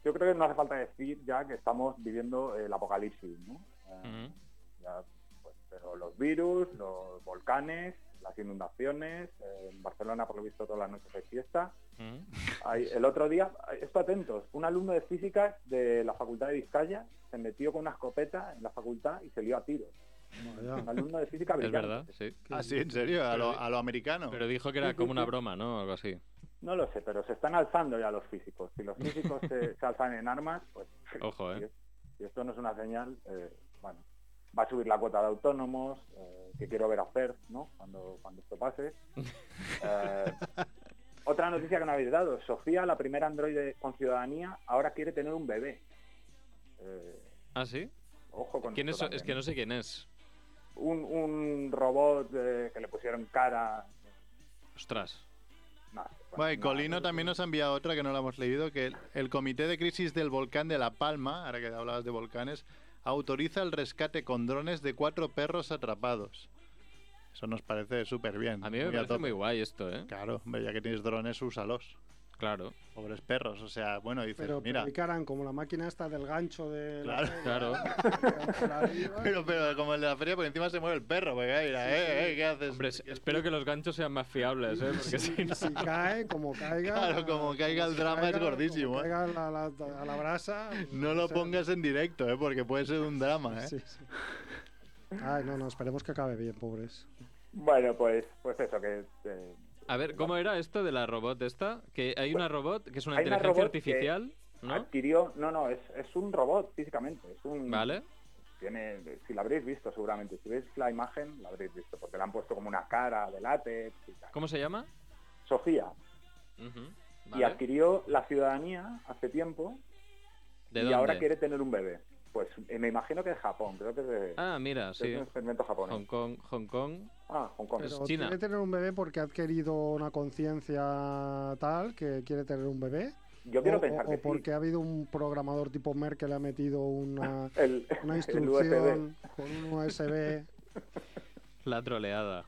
[SPEAKER 6] Yo creo que no hace falta decir ya que estamos viviendo el apocalipsis, ¿no? Eh,
[SPEAKER 2] Ujú.
[SPEAKER 6] ya, pues, pero los virus, los volcanes, las inundaciones, eh, en Barcelona por lo visto todas las noches hay fiesta.
[SPEAKER 2] Ujú.
[SPEAKER 6] Ay, el otro día, ay, esto atentos, un alumno de físicas de la Facultad de Vizcaya se metió con una escopeta en la facultad y se lió a tiros. Un
[SPEAKER 1] Vaya.
[SPEAKER 6] alumno de física
[SPEAKER 2] Es
[SPEAKER 6] brillante.
[SPEAKER 2] verdad, sí.
[SPEAKER 3] Ah, sí, en serio, a
[SPEAKER 2] Pero
[SPEAKER 3] lo,
[SPEAKER 2] di-
[SPEAKER 3] a lo americano.
[SPEAKER 2] Pero dijo que era
[SPEAKER 6] Sí, sí,
[SPEAKER 2] como una
[SPEAKER 6] sí.
[SPEAKER 2] broma, ¿no? Algo así.
[SPEAKER 6] No lo sé, pero se están alzando ya los físicos. Si los físicos se, se alzan en armas, pues
[SPEAKER 2] Ojo,
[SPEAKER 6] si
[SPEAKER 2] ¿eh?
[SPEAKER 6] es- si esto no es una señal, eh, bueno, va a subir la cuota de autónomos, eh, que quiero ver a Perth, ¿no? Cuando, cuando esto pase. Eh, otra noticia que no habéis dado, Sofía, la primera androide con ciudadanía, ahora quiere tener un bebé. Eh,
[SPEAKER 2] ¿Ah, sí?
[SPEAKER 6] Ojo con
[SPEAKER 2] ¿Quién es?
[SPEAKER 6] esto
[SPEAKER 2] Es que
[SPEAKER 6] también. ¿eh?
[SPEAKER 2] no sé quién es.
[SPEAKER 6] un, un robot eh, que le pusieron cara.
[SPEAKER 2] Ostras.
[SPEAKER 6] no sé,
[SPEAKER 3] Bueno, y
[SPEAKER 6] nada,
[SPEAKER 3] Colino
[SPEAKER 6] no-
[SPEAKER 3] también nos ha enviado otra que no la hemos leído, que el, el Comité de Crisis del Volcán de La Palma, ahora que hablabas de volcanes, autoriza el rescate con drones de cuatro perros atrapados. Eso nos parece súper bien.
[SPEAKER 2] A mí me parece muy guay esto, ¿eh?
[SPEAKER 3] Claro, hombre, ya que tienes drones, úsalos.
[SPEAKER 2] Claro,
[SPEAKER 3] Pobres perros, o sea, bueno, dices,
[SPEAKER 1] Pero
[SPEAKER 3] mira.
[SPEAKER 1] publicaran como la máquina esta del gancho de. la
[SPEAKER 3] Claro.
[SPEAKER 1] feria,
[SPEAKER 2] claro.
[SPEAKER 1] por arriba.
[SPEAKER 3] Pero, pero como el de la feria, por encima se mueve el perro, porque mira, eh, eh, ¿qué haces?
[SPEAKER 2] Hombre, es- espero que los ganchos sean más fiables, ¿eh? Porque si no...
[SPEAKER 1] Si cae, como caiga.
[SPEAKER 3] Claro, como caiga el drama es
[SPEAKER 1] como
[SPEAKER 3] gordísimo, ¿eh?
[SPEAKER 1] caiga a la, a la brasa.
[SPEAKER 3] No lo
[SPEAKER 1] sé.
[SPEAKER 3] pongas en directo, ¿eh? porque puede ser un drama. ¿eh?
[SPEAKER 1] Sí, sí. Ay, no, no, esperemos que acabe bien, pobres.
[SPEAKER 6] Bueno, pues, pues eso, que eh,
[SPEAKER 2] A ver, ¿cómo era esto de la robot esta? Que hay una robot que es una
[SPEAKER 6] Hay una
[SPEAKER 2] inteligencia
[SPEAKER 6] robot que-
[SPEAKER 2] artificial, ¿no?
[SPEAKER 6] adquirió. No, no, es, es un robot físicamente. Es un,
[SPEAKER 2] Vale.
[SPEAKER 6] tiene, si la habréis visto seguramente, si veis la imagen, la habréis visto, porque le han puesto como una cara de látex y tal.
[SPEAKER 2] ¿Cómo se llama?
[SPEAKER 6] Sofía,
[SPEAKER 2] Ujú,
[SPEAKER 6] y
[SPEAKER 2] vale.
[SPEAKER 6] adquirió la ciudadanía hace tiempo
[SPEAKER 2] ¿De
[SPEAKER 6] y
[SPEAKER 2] dónde?
[SPEAKER 6] ahora quiere tener un bebé. Pues eh, me imagino que es Japón, creo que es de...
[SPEAKER 2] Ah, mira,
[SPEAKER 6] es
[SPEAKER 2] sí.
[SPEAKER 6] un experimento japonés.
[SPEAKER 2] Hong Kong, Hong Kong.
[SPEAKER 6] Ah, Hong Kong.
[SPEAKER 2] Pues-
[SPEAKER 1] Pero
[SPEAKER 2] China.
[SPEAKER 1] quiere tener un bebé porque ha adquirido una conciencia tal que quiere tener un bebé.
[SPEAKER 6] Yo quiero
[SPEAKER 1] o,
[SPEAKER 6] pensar
[SPEAKER 1] o-
[SPEAKER 6] que
[SPEAKER 1] o porque ha habido un programador tipo Mer que le ha metido una,
[SPEAKER 6] sí. El,
[SPEAKER 1] una
[SPEAKER 6] el USB.
[SPEAKER 1] instrucción con un USB.
[SPEAKER 2] La troleada.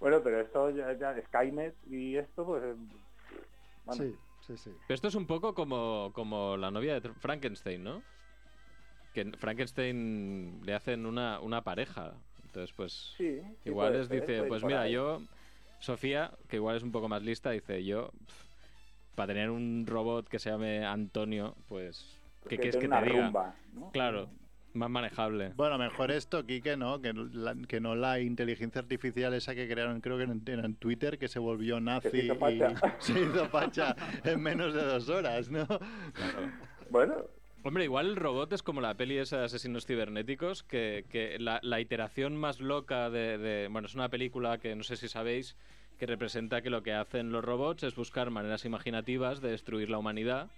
[SPEAKER 6] Bueno, pero esto ya, ya Skynet y esto, pues... eh, Bueno,
[SPEAKER 1] Sí, sí, sí.
[SPEAKER 2] Pero esto es un poco como, como la novia de Tr- Frankenstein, ¿no? Que en Frankenstein le hacen una, una pareja. Entonces, pues.
[SPEAKER 6] sí, sí
[SPEAKER 2] igual
[SPEAKER 6] puede
[SPEAKER 2] les
[SPEAKER 6] ser, puede
[SPEAKER 2] dice,
[SPEAKER 6] ir
[SPEAKER 2] pues
[SPEAKER 6] por
[SPEAKER 2] mira,
[SPEAKER 6] ahí.
[SPEAKER 2] yo. Sofía, que igual es un poco más lista, dice, yo. Para tener un robot que se llame Antonio, pues. ¿Qué
[SPEAKER 6] Que
[SPEAKER 2] quieres que
[SPEAKER 6] tiene
[SPEAKER 2] te
[SPEAKER 6] una
[SPEAKER 2] diga?
[SPEAKER 6] rumba, ¿no?
[SPEAKER 2] Claro, más manejable.
[SPEAKER 3] Bueno, mejor esto, Quique, ¿no? Que, la- que no la inteligencia artificial esa que crearon, creo que en, en Twitter, que se volvió nazi
[SPEAKER 6] se hizo
[SPEAKER 3] y
[SPEAKER 6] pacha.
[SPEAKER 3] se hizo pacha en menos de dos horas, ¿no?
[SPEAKER 6] Bueno,
[SPEAKER 2] Hombre, igual el robot es como la peli esa de asesinos cibernéticos, que, que la, la iteración más loca de, de- Bueno, es una película que no sé si sabéis, que representa que lo que hacen los robots es buscar maneras imaginativas de destruir la humanidad.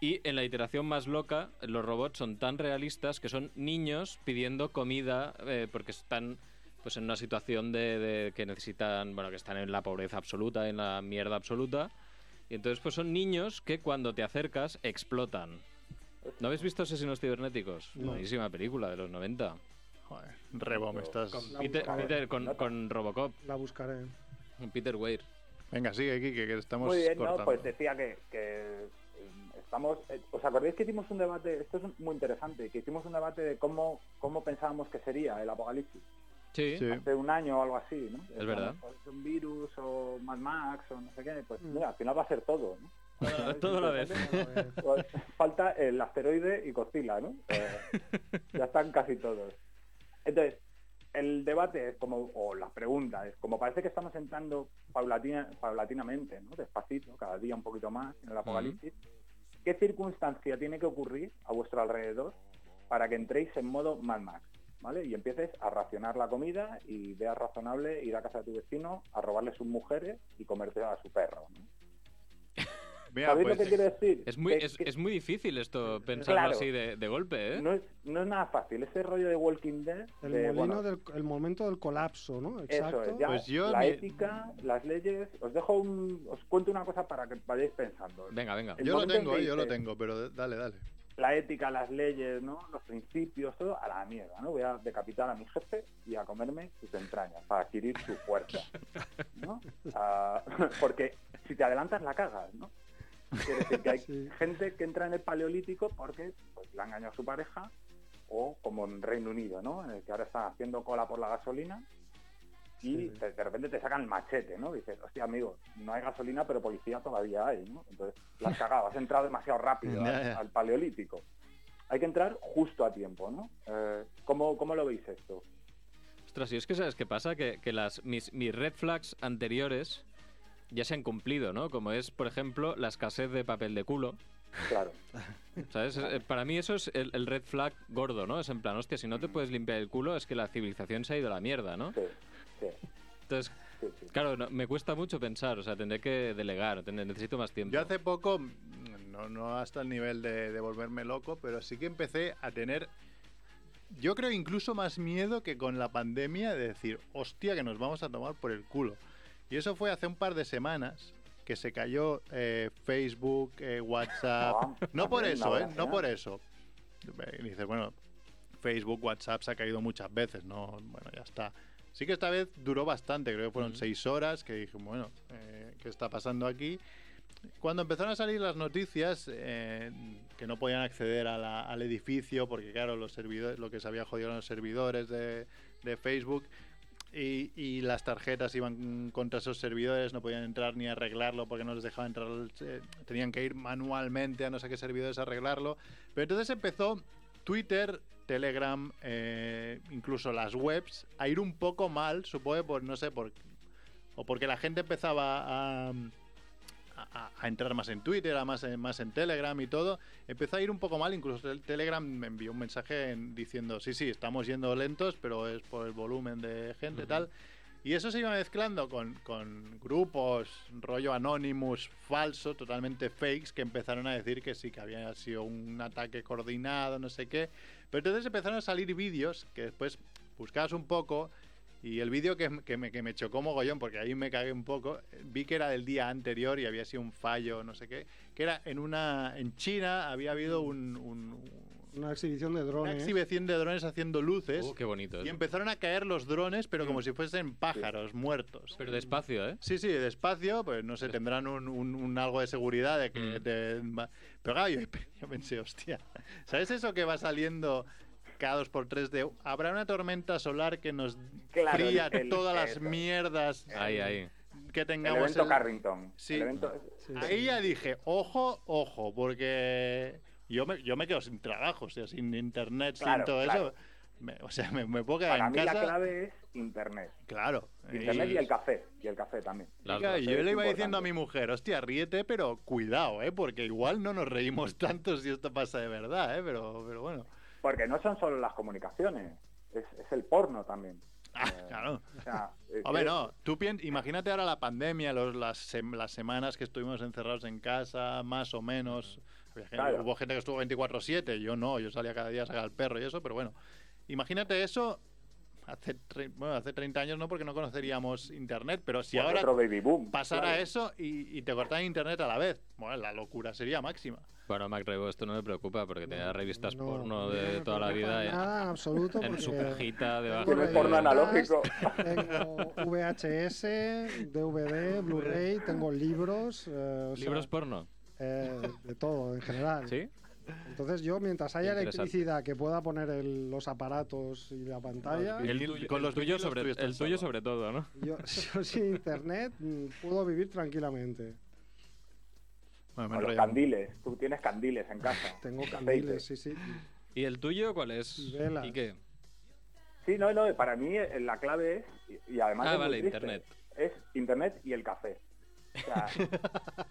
[SPEAKER 2] Y en la iteración más loca, los robots son tan realistas que son niños pidiendo comida eh, porque están pues en una situación de, de que necesitan, bueno, que están en la pobreza absoluta, en la mierda absoluta. Y entonces pues son niños que cuando te acercas explotan. ¿No habéis visto Asesinos Cibernéticos?
[SPEAKER 1] No.
[SPEAKER 2] Buenísima película de los 90.
[SPEAKER 3] Joder, Rebom, estás...
[SPEAKER 1] La
[SPEAKER 2] Peter,
[SPEAKER 1] buscaré.
[SPEAKER 2] Peter con, con Robocop,
[SPEAKER 1] La buscaré.
[SPEAKER 2] con Peter Weir.
[SPEAKER 3] Venga, sigue, Quique, que estamos
[SPEAKER 6] Muy bien,
[SPEAKER 3] cortando.
[SPEAKER 6] ¿no? pues decía que, que, eh, estamos... eh, ¿Os acordáis que hicimos un debate, esto es un- muy interesante, que hicimos un debate de cómo, cómo pensábamos que sería el apocalipsis?
[SPEAKER 2] Sí.
[SPEAKER 3] Sí.
[SPEAKER 6] Hace un año o algo así, ¿no? Decíamos,
[SPEAKER 2] verdad.
[SPEAKER 6] "Pues, Un virus o Mad Max o no sé qué, pues
[SPEAKER 1] Mm.
[SPEAKER 6] mira, al final va a ser todo, ¿no?
[SPEAKER 2] Todo a la vez.
[SPEAKER 6] Pues, Falta el asteroide y Godzilla, ¿no? Eh, ya están casi todos. Entonces, el debate es como, o las preguntas, es como parece que estamos entrando paulatina, paulatinamente, ¿no? Despacito, cada día un poquito más en el apocalipsis. ¿Qué circunstancia tiene que ocurrir a vuestro alrededor para que entréis en modo Mad Max? ¿Vale? Y empieces a racionar la comida y veas razonable ir a casa de tu vecino a robarle sus mujeres y comerte a su perro. ¿no?
[SPEAKER 3] Mira,
[SPEAKER 6] ¿Sabéis
[SPEAKER 3] pues,
[SPEAKER 6] lo que quiero decir?
[SPEAKER 2] Es muy,
[SPEAKER 6] Que-
[SPEAKER 2] es,
[SPEAKER 6] que-
[SPEAKER 2] es muy difícil esto, pensarlo
[SPEAKER 6] Eh, Claro.
[SPEAKER 2] así de, de golpe, ¿eh?
[SPEAKER 6] no es, no es nada fácil. Ese rollo de Walking Dead.
[SPEAKER 1] pues, El
[SPEAKER 6] de,
[SPEAKER 1] molino
[SPEAKER 6] eh, bueno,
[SPEAKER 1] del el momento del colapso, ¿no? Exacto.
[SPEAKER 6] Eso es, ya.
[SPEAKER 3] Pues yo
[SPEAKER 6] la
[SPEAKER 3] ni-
[SPEAKER 6] ética, las leyes. Os dejo un. Os cuento una cosa para que vayáis pensando.
[SPEAKER 2] Venga, venga.
[SPEAKER 6] El
[SPEAKER 3] Yo lo
[SPEAKER 6] momento en
[SPEAKER 3] tengo,
[SPEAKER 6] que
[SPEAKER 3] eh, yo lo
[SPEAKER 6] dices,
[SPEAKER 3] tengo, pero dale, dale.
[SPEAKER 6] La ética, las leyes, ¿no? Los principios, todo a la mierda, ¿no? Voy a decapitar a mi jefe y a comerme sus entrañas para adquirir su fuerza, ¿no? Ah, porque si te adelantas la cagas, ¿no? Quiere decir que hay
[SPEAKER 1] Sí.
[SPEAKER 6] gente que entra en el paleolítico porque pues, la engañó a su pareja o como en Reino Unido, ¿no? En el que ahora están haciendo cola por la gasolina y
[SPEAKER 1] Sí.
[SPEAKER 6] te- de repente te sacan el machete, ¿no? Dices, hostia, amigo, no hay gasolina, pero policía todavía hay, ¿no? Entonces, la has cagado, has entrado demasiado rápido
[SPEAKER 3] Ya,
[SPEAKER 6] al,
[SPEAKER 3] ya.
[SPEAKER 6] al paleolítico. Hay que entrar justo a tiempo, ¿no? Eh, ¿cómo, ¿Cómo lo veis esto?
[SPEAKER 2] Ostras, y es que sabes qué pasa, que, que las, mis, mis red flags anteriores ya se han cumplido, ¿no? Como es, por ejemplo, la escasez de papel de culo.
[SPEAKER 6] Claro.
[SPEAKER 2] ¿Sabes? Es- eh, Para mí eso es el, el red flag gordo, ¿no? Es en plan, hostia, si
[SPEAKER 6] Mm.
[SPEAKER 2] no te puedes limpiar el culo es que la civilización se ha ido a la mierda, ¿no?
[SPEAKER 6] Sí, sí,
[SPEAKER 2] Entonces,
[SPEAKER 6] sí, sí.
[SPEAKER 2] Claro, no- me cuesta mucho pensar, o sea, tendré que delegar, tendré- necesito más tiempo.
[SPEAKER 3] Yo hace poco, mm, no, no hasta el nivel de, de volverme loco, pero sí que empecé a tener, yo creo incluso más miedo que con la pandemia de decir, hostia, que nos vamos a tomar por el culo. Y eso fue hace un par de semanas que se cayó eh, Facebook, eh, WhatsApp.
[SPEAKER 6] Ah,
[SPEAKER 3] No por
[SPEAKER 6] también
[SPEAKER 3] eso,
[SPEAKER 6] una
[SPEAKER 3] ¿eh? No
[SPEAKER 6] gracia.
[SPEAKER 3] por eso. Y dices, bueno, Facebook, WhatsApp se ha caído muchas veces, ¿no? Bueno, ya está. Sí que esta vez duró bastante, creo que fueron
[SPEAKER 2] Ujú.
[SPEAKER 3] seis horas, que dije, bueno, eh, qué está pasando aquí. Cuando empezaron a salir las noticias eh, que no podían acceder a la- al edificio, porque claro, los servidores, lo que se había jodido eran los servidores de, de Facebook, y, y las tarjetas iban contra esos servidores, no podían entrar ni arreglarlo porque no les dejaba entrar, eh, tenían que ir manualmente a no sé qué servidores a arreglarlo. Pero entonces empezó Twitter, Telegram, eh, incluso las webs, a ir un poco mal, supongo, por, no sé, por, o porque la gente empezaba a, a- a entrar más en Twitter, a más, en, más en Telegram y todo. Empezó a ir un poco mal, incluso el Telegram me envió un mensaje en- diciendo, sí, sí, estamos yendo lentos, pero es por el volumen de gente
[SPEAKER 2] Ujú.
[SPEAKER 3] tal. Y eso se iba mezclando con, con grupos, rollo Anonymous, falso, totalmente fakes, que empezaron a decir que sí, que había sido un ataque coordinado, no sé qué. Pero entonces empezaron a salir vídeos que después buscabas un poco y el vídeo que, que me, que me chocó mogollón, porque ahí me cagué un poco, vi que era del día anterior y había sido un fallo, no sé qué, que era en una en China había habido un- un-
[SPEAKER 1] Una exhibición de
[SPEAKER 3] una
[SPEAKER 1] drones.
[SPEAKER 3] exhibición de drones haciendo luces
[SPEAKER 2] Uh, qué bonito.
[SPEAKER 3] y
[SPEAKER 2] eso.
[SPEAKER 3] empezaron a caer los drones, pero
[SPEAKER 2] Mm.
[SPEAKER 3] como si fuesen pájaros muertos.
[SPEAKER 2] Pero despacio, ¿eh?
[SPEAKER 3] Sí, sí, despacio, pues no sé, tendrán un, un- un algo de seguridad de que...
[SPEAKER 2] Mm.
[SPEAKER 3] de- ma- pero claro, yo, yo pensé, hostia, ¿sabes eso que va saliendo cada dos por tres de... Habrá una tormenta solar que nos
[SPEAKER 6] Claro, el-
[SPEAKER 3] fría
[SPEAKER 6] el-
[SPEAKER 3] todas las
[SPEAKER 6] eso.
[SPEAKER 3] mierdas
[SPEAKER 2] Ahí, ahí.
[SPEAKER 3] que
[SPEAKER 6] El
[SPEAKER 3] tengamos...
[SPEAKER 6] evento
[SPEAKER 3] el-
[SPEAKER 6] Carrington.
[SPEAKER 3] Sí.
[SPEAKER 6] El evento-
[SPEAKER 1] Sí,
[SPEAKER 3] Ahí
[SPEAKER 1] sí.
[SPEAKER 3] ya dije, ojo, ojo, porque yo me, yo me quedo sin trabajo, o sea, sin internet, sin
[SPEAKER 6] Claro,
[SPEAKER 3] todo
[SPEAKER 6] claro.
[SPEAKER 3] eso. Me- o sea, me, me puedo quedar
[SPEAKER 6] Para
[SPEAKER 3] en
[SPEAKER 6] mí la
[SPEAKER 3] casa.
[SPEAKER 6] clave es Internet.
[SPEAKER 3] Claro.
[SPEAKER 6] Internet
[SPEAKER 3] Y-
[SPEAKER 6] y el café. Y el café también.
[SPEAKER 2] Las
[SPEAKER 3] Claro,
[SPEAKER 6] dos.
[SPEAKER 3] yo
[SPEAKER 6] Es
[SPEAKER 3] le iba diciendo a mi
[SPEAKER 6] importante.
[SPEAKER 3] mujer, hostia, ríete, pero cuidado, ¿eh? Porque igual no nos reímos tanto si esto pasa de verdad, ¿eh? Pero, pero bueno.
[SPEAKER 6] Porque no son solo las comunicaciones. Es, es el porno también.
[SPEAKER 3] Ah,
[SPEAKER 6] Eh,
[SPEAKER 3] claro.
[SPEAKER 6] o sea, eh,
[SPEAKER 3] Hombre,
[SPEAKER 6] es-
[SPEAKER 3] no, tú pien- imagínate ahora la pandemia, los- las, sem- las semanas que estuvimos encerrados en casa, más o menos. Había gente-
[SPEAKER 6] Claro.
[SPEAKER 3] Hubo gente que estuvo 24-7, yo no, yo salía cada día a sacar al perro y eso, pero bueno. Imagínate eso, hace, tre- bueno, hace 30 años no, porque no conoceríamos internet, pero si
[SPEAKER 6] pues
[SPEAKER 3] ahora
[SPEAKER 6] otro baby boom.
[SPEAKER 3] pasara
[SPEAKER 6] claro.
[SPEAKER 3] eso y, y te cortaran internet a la vez, bueno, la locura sería máxima.
[SPEAKER 2] Bueno, MacRebo, esto no me preocupa porque tenía revistas
[SPEAKER 1] No,
[SPEAKER 2] porno
[SPEAKER 1] no
[SPEAKER 2] de
[SPEAKER 1] me
[SPEAKER 2] toda la
[SPEAKER 1] preocupa
[SPEAKER 2] vida eh,
[SPEAKER 1] Nada, en absoluto.
[SPEAKER 2] en su
[SPEAKER 1] porque
[SPEAKER 2] cajita debajo.
[SPEAKER 6] Tiene
[SPEAKER 1] Tiene
[SPEAKER 6] el
[SPEAKER 2] de-
[SPEAKER 6] porno
[SPEAKER 1] Revistas.
[SPEAKER 6] analógico.
[SPEAKER 1] Tengo VHS, DVD, Blu-ray, tengo libros. eh, o sea,
[SPEAKER 2] ¿Libros porno?
[SPEAKER 1] eh, de todo, en general.
[SPEAKER 2] ¿Sí?
[SPEAKER 1] Entonces yo, mientras haya
[SPEAKER 2] Interesante.
[SPEAKER 1] electricidad que pueda poner el- los aparatos y la pantalla,
[SPEAKER 3] El
[SPEAKER 2] El,
[SPEAKER 3] tuyo-
[SPEAKER 2] con
[SPEAKER 3] el
[SPEAKER 2] los
[SPEAKER 3] tuyo
[SPEAKER 2] tuyos
[SPEAKER 3] los
[SPEAKER 2] sobre,
[SPEAKER 3] tuyos
[SPEAKER 2] el
[SPEAKER 3] están
[SPEAKER 2] tuyo
[SPEAKER 3] salvo.
[SPEAKER 2] sobre todo, ¿no?
[SPEAKER 1] yo, yo sin internet mm, puedo vivir tranquilamente.
[SPEAKER 3] Bueno, me
[SPEAKER 6] O los
[SPEAKER 3] enrollo.
[SPEAKER 6] candiles. Tú tienes candiles en casa.
[SPEAKER 1] Tengo
[SPEAKER 6] Aceite.
[SPEAKER 1] candiles, sí, sí.
[SPEAKER 2] ¿Y el tuyo cuál es?
[SPEAKER 1] Y velas.
[SPEAKER 2] ¿Y qué?
[SPEAKER 6] Sí, no, no, para mí eh, la clave es, y- y además
[SPEAKER 2] Ah,
[SPEAKER 6] es muy
[SPEAKER 2] vale,
[SPEAKER 6] triste,
[SPEAKER 2] internet.
[SPEAKER 6] Es internet y el café. O sea,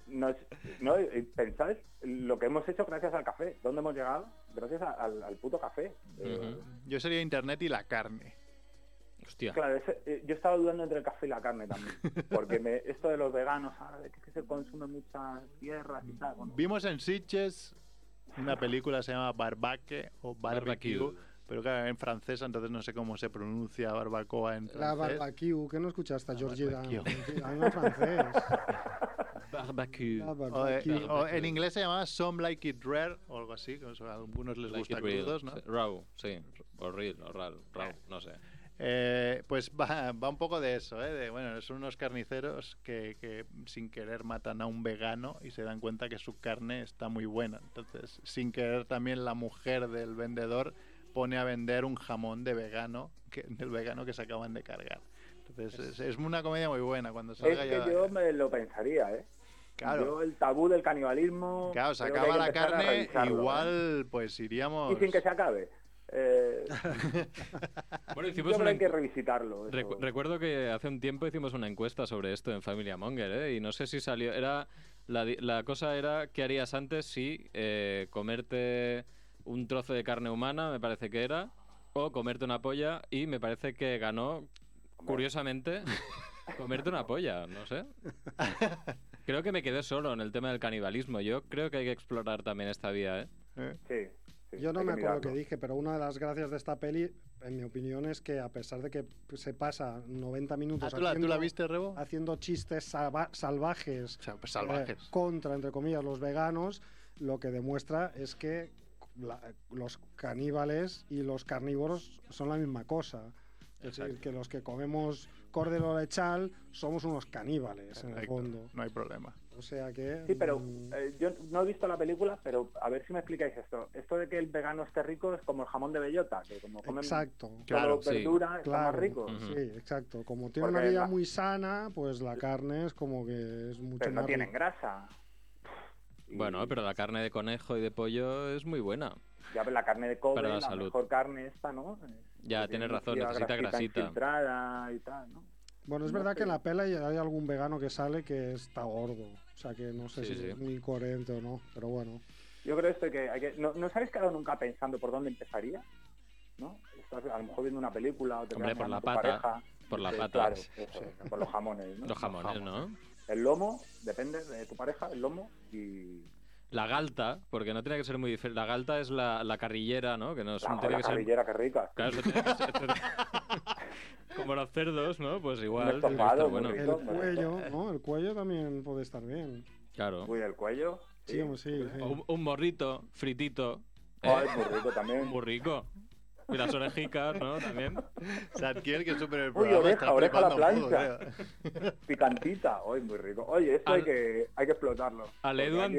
[SPEAKER 6] nos, no, eh, pensáis lo que hemos hecho gracias al café. ¿Dónde hemos llegado? Gracias a- al, al puto café. Eh,
[SPEAKER 2] Ujú.
[SPEAKER 3] Yo sería internet y la carne.
[SPEAKER 2] Hostia.
[SPEAKER 6] Claro, ese- eh, yo estaba dudando entre el café y la carne también. Porque me- esto de los veganos, ah, es que se consume muchas tierras y tal. bueno,
[SPEAKER 3] Vimos en Sitges una película que se llama Barbaque o Barbecue,
[SPEAKER 2] Barbecue.
[SPEAKER 3] pero claro, en francés, entonces no sé cómo se pronuncia barbacoa en
[SPEAKER 1] La
[SPEAKER 3] francés.
[SPEAKER 1] barbecue, que no escuchaste a Georgie Dan.
[SPEAKER 3] barbecue.
[SPEAKER 1] en francés.
[SPEAKER 2] Barbecue.
[SPEAKER 1] La
[SPEAKER 3] O, eh,
[SPEAKER 1] barbecue.
[SPEAKER 3] o en inglés se llamaba Some Like It Rare o algo así, que a algunos les
[SPEAKER 2] Like
[SPEAKER 3] gusta
[SPEAKER 2] it real,
[SPEAKER 3] crudos, ¿no?
[SPEAKER 2] sí. Raw, sí. O real, o raw, raw, no sé.
[SPEAKER 3] Eh, pues va, va un poco de eso, ¿eh? De, bueno, son unos carniceros que, que sin querer matan a un vegano y se dan cuenta que su carne está muy buena. Entonces, sin querer también la mujer del vendedor pone a vender un jamón de vegano, que, del vegano que se acaban de cargar. Entonces, es, es una comedia muy buena cuando
[SPEAKER 6] es
[SPEAKER 3] salga ya-
[SPEAKER 6] que yo me lo pensaría, ¿eh?
[SPEAKER 3] Claro.
[SPEAKER 6] Yo el tabú del canibalismo...
[SPEAKER 3] Claro, se
[SPEAKER 6] creo que hay
[SPEAKER 3] acaba la
[SPEAKER 6] que empezar a
[SPEAKER 3] carne,
[SPEAKER 6] revisarlo, ¿eh?
[SPEAKER 3] igual pues iríamos...
[SPEAKER 6] Y sin que se acabe. Eh,
[SPEAKER 2] Bueno,
[SPEAKER 6] yo
[SPEAKER 2] hicimos
[SPEAKER 6] creo que
[SPEAKER 2] una
[SPEAKER 6] hay que
[SPEAKER 2] encu-
[SPEAKER 6] revisitarlo. eso.
[SPEAKER 2] Recu- recuerdo que hace un tiempo hicimos una encuesta sobre esto en Familia Monger, ¿eh? Y no sé si salió. Era. La, di- la cosa era qué harías antes si eh, comerte un trozo de carne humana, me parece que era, o comerte una polla, y me parece que ganó, curiosamente, comerte una polla, no sé. Creo que me quedé solo en el tema del canibalismo. Yo creo que hay que explorar también esta vía, ¿eh?
[SPEAKER 3] Eh,
[SPEAKER 6] Sí, sí,
[SPEAKER 1] Yo no
[SPEAKER 6] hay
[SPEAKER 1] me acuerdo qué
[SPEAKER 6] mirarlo.
[SPEAKER 1] dije, pero una de las gracias de esta peli, en mi opinión, es que a pesar de que se pasa 90
[SPEAKER 3] ah,
[SPEAKER 1] minutos
[SPEAKER 3] ¿tú, la, tú la
[SPEAKER 1] Pues haciendo-
[SPEAKER 3] viste, Rebo? O
[SPEAKER 1] haciendo chistes salva- salvajes
[SPEAKER 3] sea, pues,
[SPEAKER 1] eh,
[SPEAKER 3] salvajes.
[SPEAKER 1] contra, entre comillas, los veganos, lo que demuestra es que la- los caníbales y los carnívoros son la misma cosa. Es decir, que los que comemos Cordero Lechal somos unos caníbales en el
[SPEAKER 3] Perfecto,
[SPEAKER 1] fondo.
[SPEAKER 3] No hay problema.
[SPEAKER 1] O sea que.
[SPEAKER 6] Sí, pero
[SPEAKER 1] mm,
[SPEAKER 6] eh, yo no he visto la película, pero a ver si me explicáis esto. Esto de que el vegano esté rico es como el jamón de bellota, que como comen
[SPEAKER 1] Exacto.
[SPEAKER 6] solo
[SPEAKER 3] Claro,
[SPEAKER 2] sí.
[SPEAKER 6] verdura, está más
[SPEAKER 1] Claro.
[SPEAKER 6] rico.
[SPEAKER 2] Ujú.
[SPEAKER 1] Sí, exacto. Como tiene una
[SPEAKER 6] Porque
[SPEAKER 1] vida
[SPEAKER 6] la-
[SPEAKER 1] muy sana, pues la carne es como que es mucho
[SPEAKER 6] Pero
[SPEAKER 1] más.
[SPEAKER 6] no tienen
[SPEAKER 1] rica.
[SPEAKER 6] grasa. Y
[SPEAKER 2] Bueno, pero la carne de conejo y de pollo es muy buena.
[SPEAKER 6] Ya ves, la carne de cobre,
[SPEAKER 2] para la
[SPEAKER 6] la,
[SPEAKER 2] salud.
[SPEAKER 6] mejor carne esta, ¿no? Eh,
[SPEAKER 2] Ya, tienes
[SPEAKER 6] que tiene
[SPEAKER 2] razón,
[SPEAKER 6] mucha
[SPEAKER 2] necesita grasita.
[SPEAKER 6] infiltrada y tal, ¿no?
[SPEAKER 1] Bueno, es
[SPEAKER 6] no
[SPEAKER 1] verdad que
[SPEAKER 6] sé.
[SPEAKER 1] en la pela ya hay algún vegano que sale que está gordo. O sea que no sé
[SPEAKER 2] Sí,
[SPEAKER 1] si
[SPEAKER 2] sí.
[SPEAKER 1] es muy coherente o no, pero bueno.
[SPEAKER 6] Yo creo esto que, hay que no, no sabéis quedado nunca pensando por dónde empezaría, ¿no? Estás a lo mejor viendo una película o te
[SPEAKER 2] Hombre,
[SPEAKER 6] quedas
[SPEAKER 2] por la
[SPEAKER 6] mirando a tu
[SPEAKER 2] pata,
[SPEAKER 6] pareja,
[SPEAKER 2] por la
[SPEAKER 6] Sí,
[SPEAKER 2] pata.
[SPEAKER 6] claro, eso, por los jamones, ¿no?
[SPEAKER 2] Los jamones, ¿no?
[SPEAKER 6] El lomo, depende de tu pareja, el lomo y
[SPEAKER 2] La galta, porque no tiene que ser muy diferente. La galta es la, la carrillera, ¿no? Que no es-
[SPEAKER 6] la,
[SPEAKER 2] no tiene
[SPEAKER 6] la
[SPEAKER 2] que ser.
[SPEAKER 6] carrillera, que rica.
[SPEAKER 2] Claro, eso tiene que ser- Como los cerdos, ¿no? Pues igual. tiene que
[SPEAKER 6] estofado,
[SPEAKER 2] estar
[SPEAKER 6] muy
[SPEAKER 2] bueno.
[SPEAKER 1] El
[SPEAKER 6] rico. Eso, bueno.
[SPEAKER 1] cuello, ¿no? El cuello también puede estar bien.
[SPEAKER 2] Claro.
[SPEAKER 6] Uy, el cuello.
[SPEAKER 1] Sí, hombre, sí. sí.
[SPEAKER 2] O Un, un morrito, fritito. ¿eh?
[SPEAKER 6] Ay, muy rico también.
[SPEAKER 2] Muy rico. Y las orejicas, ¿no? También.
[SPEAKER 3] Sadkiel, que es súper el
[SPEAKER 6] programa,
[SPEAKER 3] programa.
[SPEAKER 6] oreja, está oreja a la flipando un poco, Picantita. Ay, muy rico. Oye, esto
[SPEAKER 2] Al-
[SPEAKER 6] hay, que, hay que explotarlo.
[SPEAKER 2] Al
[SPEAKER 6] Porque
[SPEAKER 2] Edu
[SPEAKER 6] aquí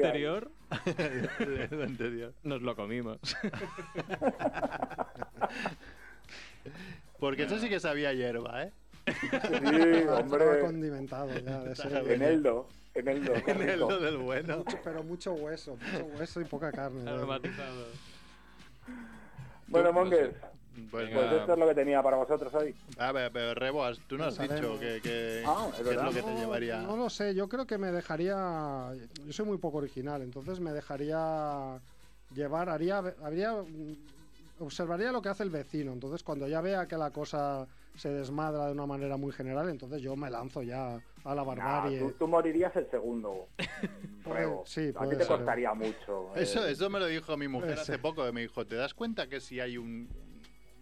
[SPEAKER 6] hay-
[SPEAKER 2] anterior nos lo comimos.
[SPEAKER 3] Porque eso sí que sabía hierba, ¿eh?
[SPEAKER 6] Sí,
[SPEAKER 1] Ah, estaba
[SPEAKER 6] hombre.
[SPEAKER 1] condimentado ya de ser
[SPEAKER 6] En Eldo. En Eldo. qué
[SPEAKER 3] En el
[SPEAKER 6] rico.
[SPEAKER 3] lo del bueno.
[SPEAKER 1] Pero mucho hueso, mucho hueso y poca carne. ¿no?
[SPEAKER 2] Aromatizado.
[SPEAKER 6] Bueno, Monger,
[SPEAKER 3] Pues,
[SPEAKER 6] pues esto es lo que tenía para vosotros hoy.
[SPEAKER 3] a ver, pero Reboas, tú no
[SPEAKER 1] No
[SPEAKER 3] has dicho
[SPEAKER 1] sabemos.
[SPEAKER 3] que, que-
[SPEAKER 6] Ah, es
[SPEAKER 3] qué es
[SPEAKER 6] verdad.
[SPEAKER 3] lo que te
[SPEAKER 1] No,
[SPEAKER 3] llevaría.
[SPEAKER 1] No lo sé, yo creo que me dejaría. Yo soy muy poco original, entonces me dejaría llevar, haría, habría, observaría lo que hace el vecino. Entonces, cuando ya vea que la cosa se desmadra de una manera muy general, entonces yo me lanzo ya a la
[SPEAKER 6] Nah,
[SPEAKER 1] barbarie.
[SPEAKER 6] tú, tú morirías el segundo.
[SPEAKER 1] Puede-
[SPEAKER 6] Rebo.
[SPEAKER 1] sí,
[SPEAKER 6] a ti
[SPEAKER 1] puede
[SPEAKER 6] te
[SPEAKER 1] ser.
[SPEAKER 6] costaría mucho. eh.
[SPEAKER 3] Eso, eso me lo dijo mi mujer
[SPEAKER 1] Ese.
[SPEAKER 3] hace poco. Me dijo, ¿te das cuenta que si hay un,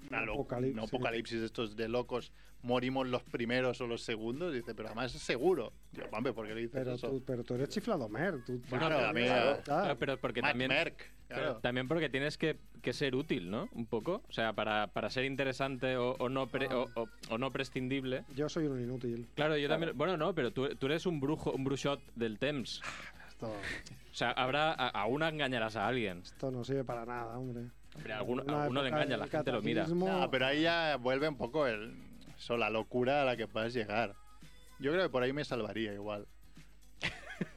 [SPEAKER 3] una
[SPEAKER 1] Un
[SPEAKER 3] lo-
[SPEAKER 1] apocalipsis.
[SPEAKER 3] un apocalipsis de estos de locos, morimos los primeros o los segundos? Dice, pero además es seguro. Yo, hombre, ¿por qué le dices
[SPEAKER 1] pero,
[SPEAKER 3] eso?
[SPEAKER 1] tú, pero tú eres chifladomer. Tú,
[SPEAKER 3] Bueno,
[SPEAKER 1] tú-
[SPEAKER 3] pero a mí, eh,
[SPEAKER 1] Claro.
[SPEAKER 2] Ah, Pero- Pero porque
[SPEAKER 3] Mac
[SPEAKER 2] también.
[SPEAKER 3] Merck,
[SPEAKER 2] Pero
[SPEAKER 3] claro.
[SPEAKER 2] también porque tienes que, que ser útil, ¿no? Un poco. O sea, para, para ser interesante o, o no
[SPEAKER 3] Ah.
[SPEAKER 2] pre- o, o- o no prescindible.
[SPEAKER 1] Yo soy un inútil.
[SPEAKER 2] Claro, yo también. Bueno, no, pero tú, tú eres un brujo, un brushot del Thames.
[SPEAKER 1] Esto,
[SPEAKER 2] O sea, habrá. a- aún engañarás a alguien.
[SPEAKER 1] esto no sirve para nada, hombre.
[SPEAKER 2] Hombre, a alguno,
[SPEAKER 1] Una
[SPEAKER 2] a alguno le
[SPEAKER 1] época
[SPEAKER 2] engaña, la
[SPEAKER 1] de
[SPEAKER 2] gente lo mira.
[SPEAKER 1] cataclismo-
[SPEAKER 3] No, pero ahí ya vuelve un poco el, eso, la locura a la que puedas llegar. Yo creo que por ahí me salvaría igual.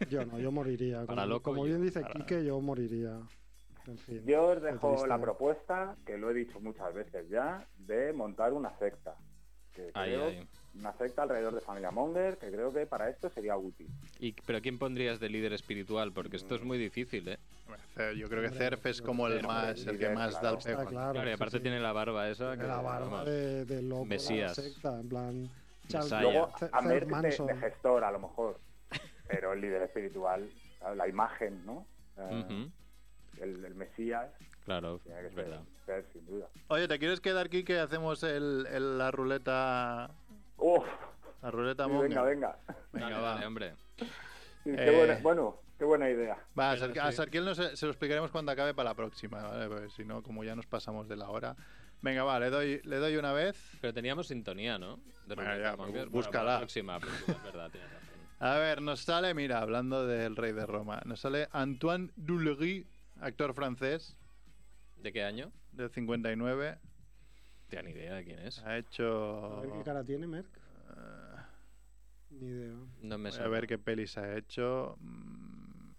[SPEAKER 1] Yo no, yo moriría.
[SPEAKER 2] Para
[SPEAKER 1] como,
[SPEAKER 2] loco
[SPEAKER 1] como
[SPEAKER 2] yo,
[SPEAKER 1] bien dice
[SPEAKER 3] para-
[SPEAKER 1] Quique, yo moriría. En fin.
[SPEAKER 6] Yo os
[SPEAKER 1] qué
[SPEAKER 6] dejo
[SPEAKER 1] triste.
[SPEAKER 6] la propuesta, que lo he dicho muchas veces ya, de montar una secta. Que
[SPEAKER 2] Ahí,
[SPEAKER 6] creo-
[SPEAKER 2] ahí.
[SPEAKER 6] Una secta alrededor de Familia Monger, que creo que para esto sería útil.
[SPEAKER 2] Y- pero ¿quién pondrías de líder espiritual? Porque esto es muy difícil, ¿eh?
[SPEAKER 3] Yo creo que Cerf es como el
[SPEAKER 6] Cerf,
[SPEAKER 3] más, el que
[SPEAKER 6] líder,
[SPEAKER 3] más da
[SPEAKER 6] claro.
[SPEAKER 3] el
[SPEAKER 1] Está
[SPEAKER 3] pejo.
[SPEAKER 1] Ah, claro.
[SPEAKER 2] Claro, y
[SPEAKER 1] sí,
[SPEAKER 2] aparte
[SPEAKER 1] sí.
[SPEAKER 2] tiene la barba esa.
[SPEAKER 1] De
[SPEAKER 2] Que,
[SPEAKER 1] la barba
[SPEAKER 2] vamos,
[SPEAKER 1] de, de loco de la
[SPEAKER 2] Mesías.
[SPEAKER 1] secta, en plan. Charles
[SPEAKER 2] Ah,
[SPEAKER 6] Luego,
[SPEAKER 1] Cer-
[SPEAKER 6] a
[SPEAKER 1] Cer
[SPEAKER 6] ver, de,
[SPEAKER 1] Manson.
[SPEAKER 6] de gestor a lo mejor, pero el líder espiritual, claro, la imagen, ¿no? Eh,
[SPEAKER 2] ujú,
[SPEAKER 6] el, el Mesías,
[SPEAKER 2] Claro,
[SPEAKER 6] tiene que
[SPEAKER 2] es
[SPEAKER 6] ser-
[SPEAKER 2] verdad.
[SPEAKER 6] ser, sin duda.
[SPEAKER 3] Oye, ¿te quieres quedar aquí que hacemos el, el- la ruleta,
[SPEAKER 6] ¡Uf!
[SPEAKER 3] la ruleta
[SPEAKER 6] Sí,
[SPEAKER 3] Monger?
[SPEAKER 6] venga, venga.
[SPEAKER 3] Venga,
[SPEAKER 2] Dale,
[SPEAKER 3] va.
[SPEAKER 2] dale, hombre.
[SPEAKER 6] Sí,
[SPEAKER 3] Eh.
[SPEAKER 6] qué buena- bueno, qué buena idea.
[SPEAKER 3] Va, a Sark- a Sarkiel no se, se lo explicaremos cuando acabe para la próxima, ¿vale? Porque si no, como ya nos pasamos de la hora. Venga, va, le doy, le doy una vez.
[SPEAKER 2] Pero teníamos sintonía, ¿no? De
[SPEAKER 3] Bueno,
[SPEAKER 2] Rubén
[SPEAKER 3] ya,
[SPEAKER 2] Monger. Bueno,
[SPEAKER 3] búscala.
[SPEAKER 2] para la próxima, pero sí, es verdad, tienes razón.
[SPEAKER 3] A ver, nos sale, mira, hablando del rey de Roma, nos sale Antoine Dulery, actor francés
[SPEAKER 2] ¿De qué año?
[SPEAKER 3] del 59.
[SPEAKER 2] No tengo ni idea de quién es.
[SPEAKER 3] Ha
[SPEAKER 1] A
[SPEAKER 3] hecho.
[SPEAKER 1] ver qué cara tiene Merck.
[SPEAKER 3] Eh,
[SPEAKER 1] Ni idea.
[SPEAKER 2] No me
[SPEAKER 3] voy a
[SPEAKER 2] suena.
[SPEAKER 3] ver qué pelis ha hecho. Mm,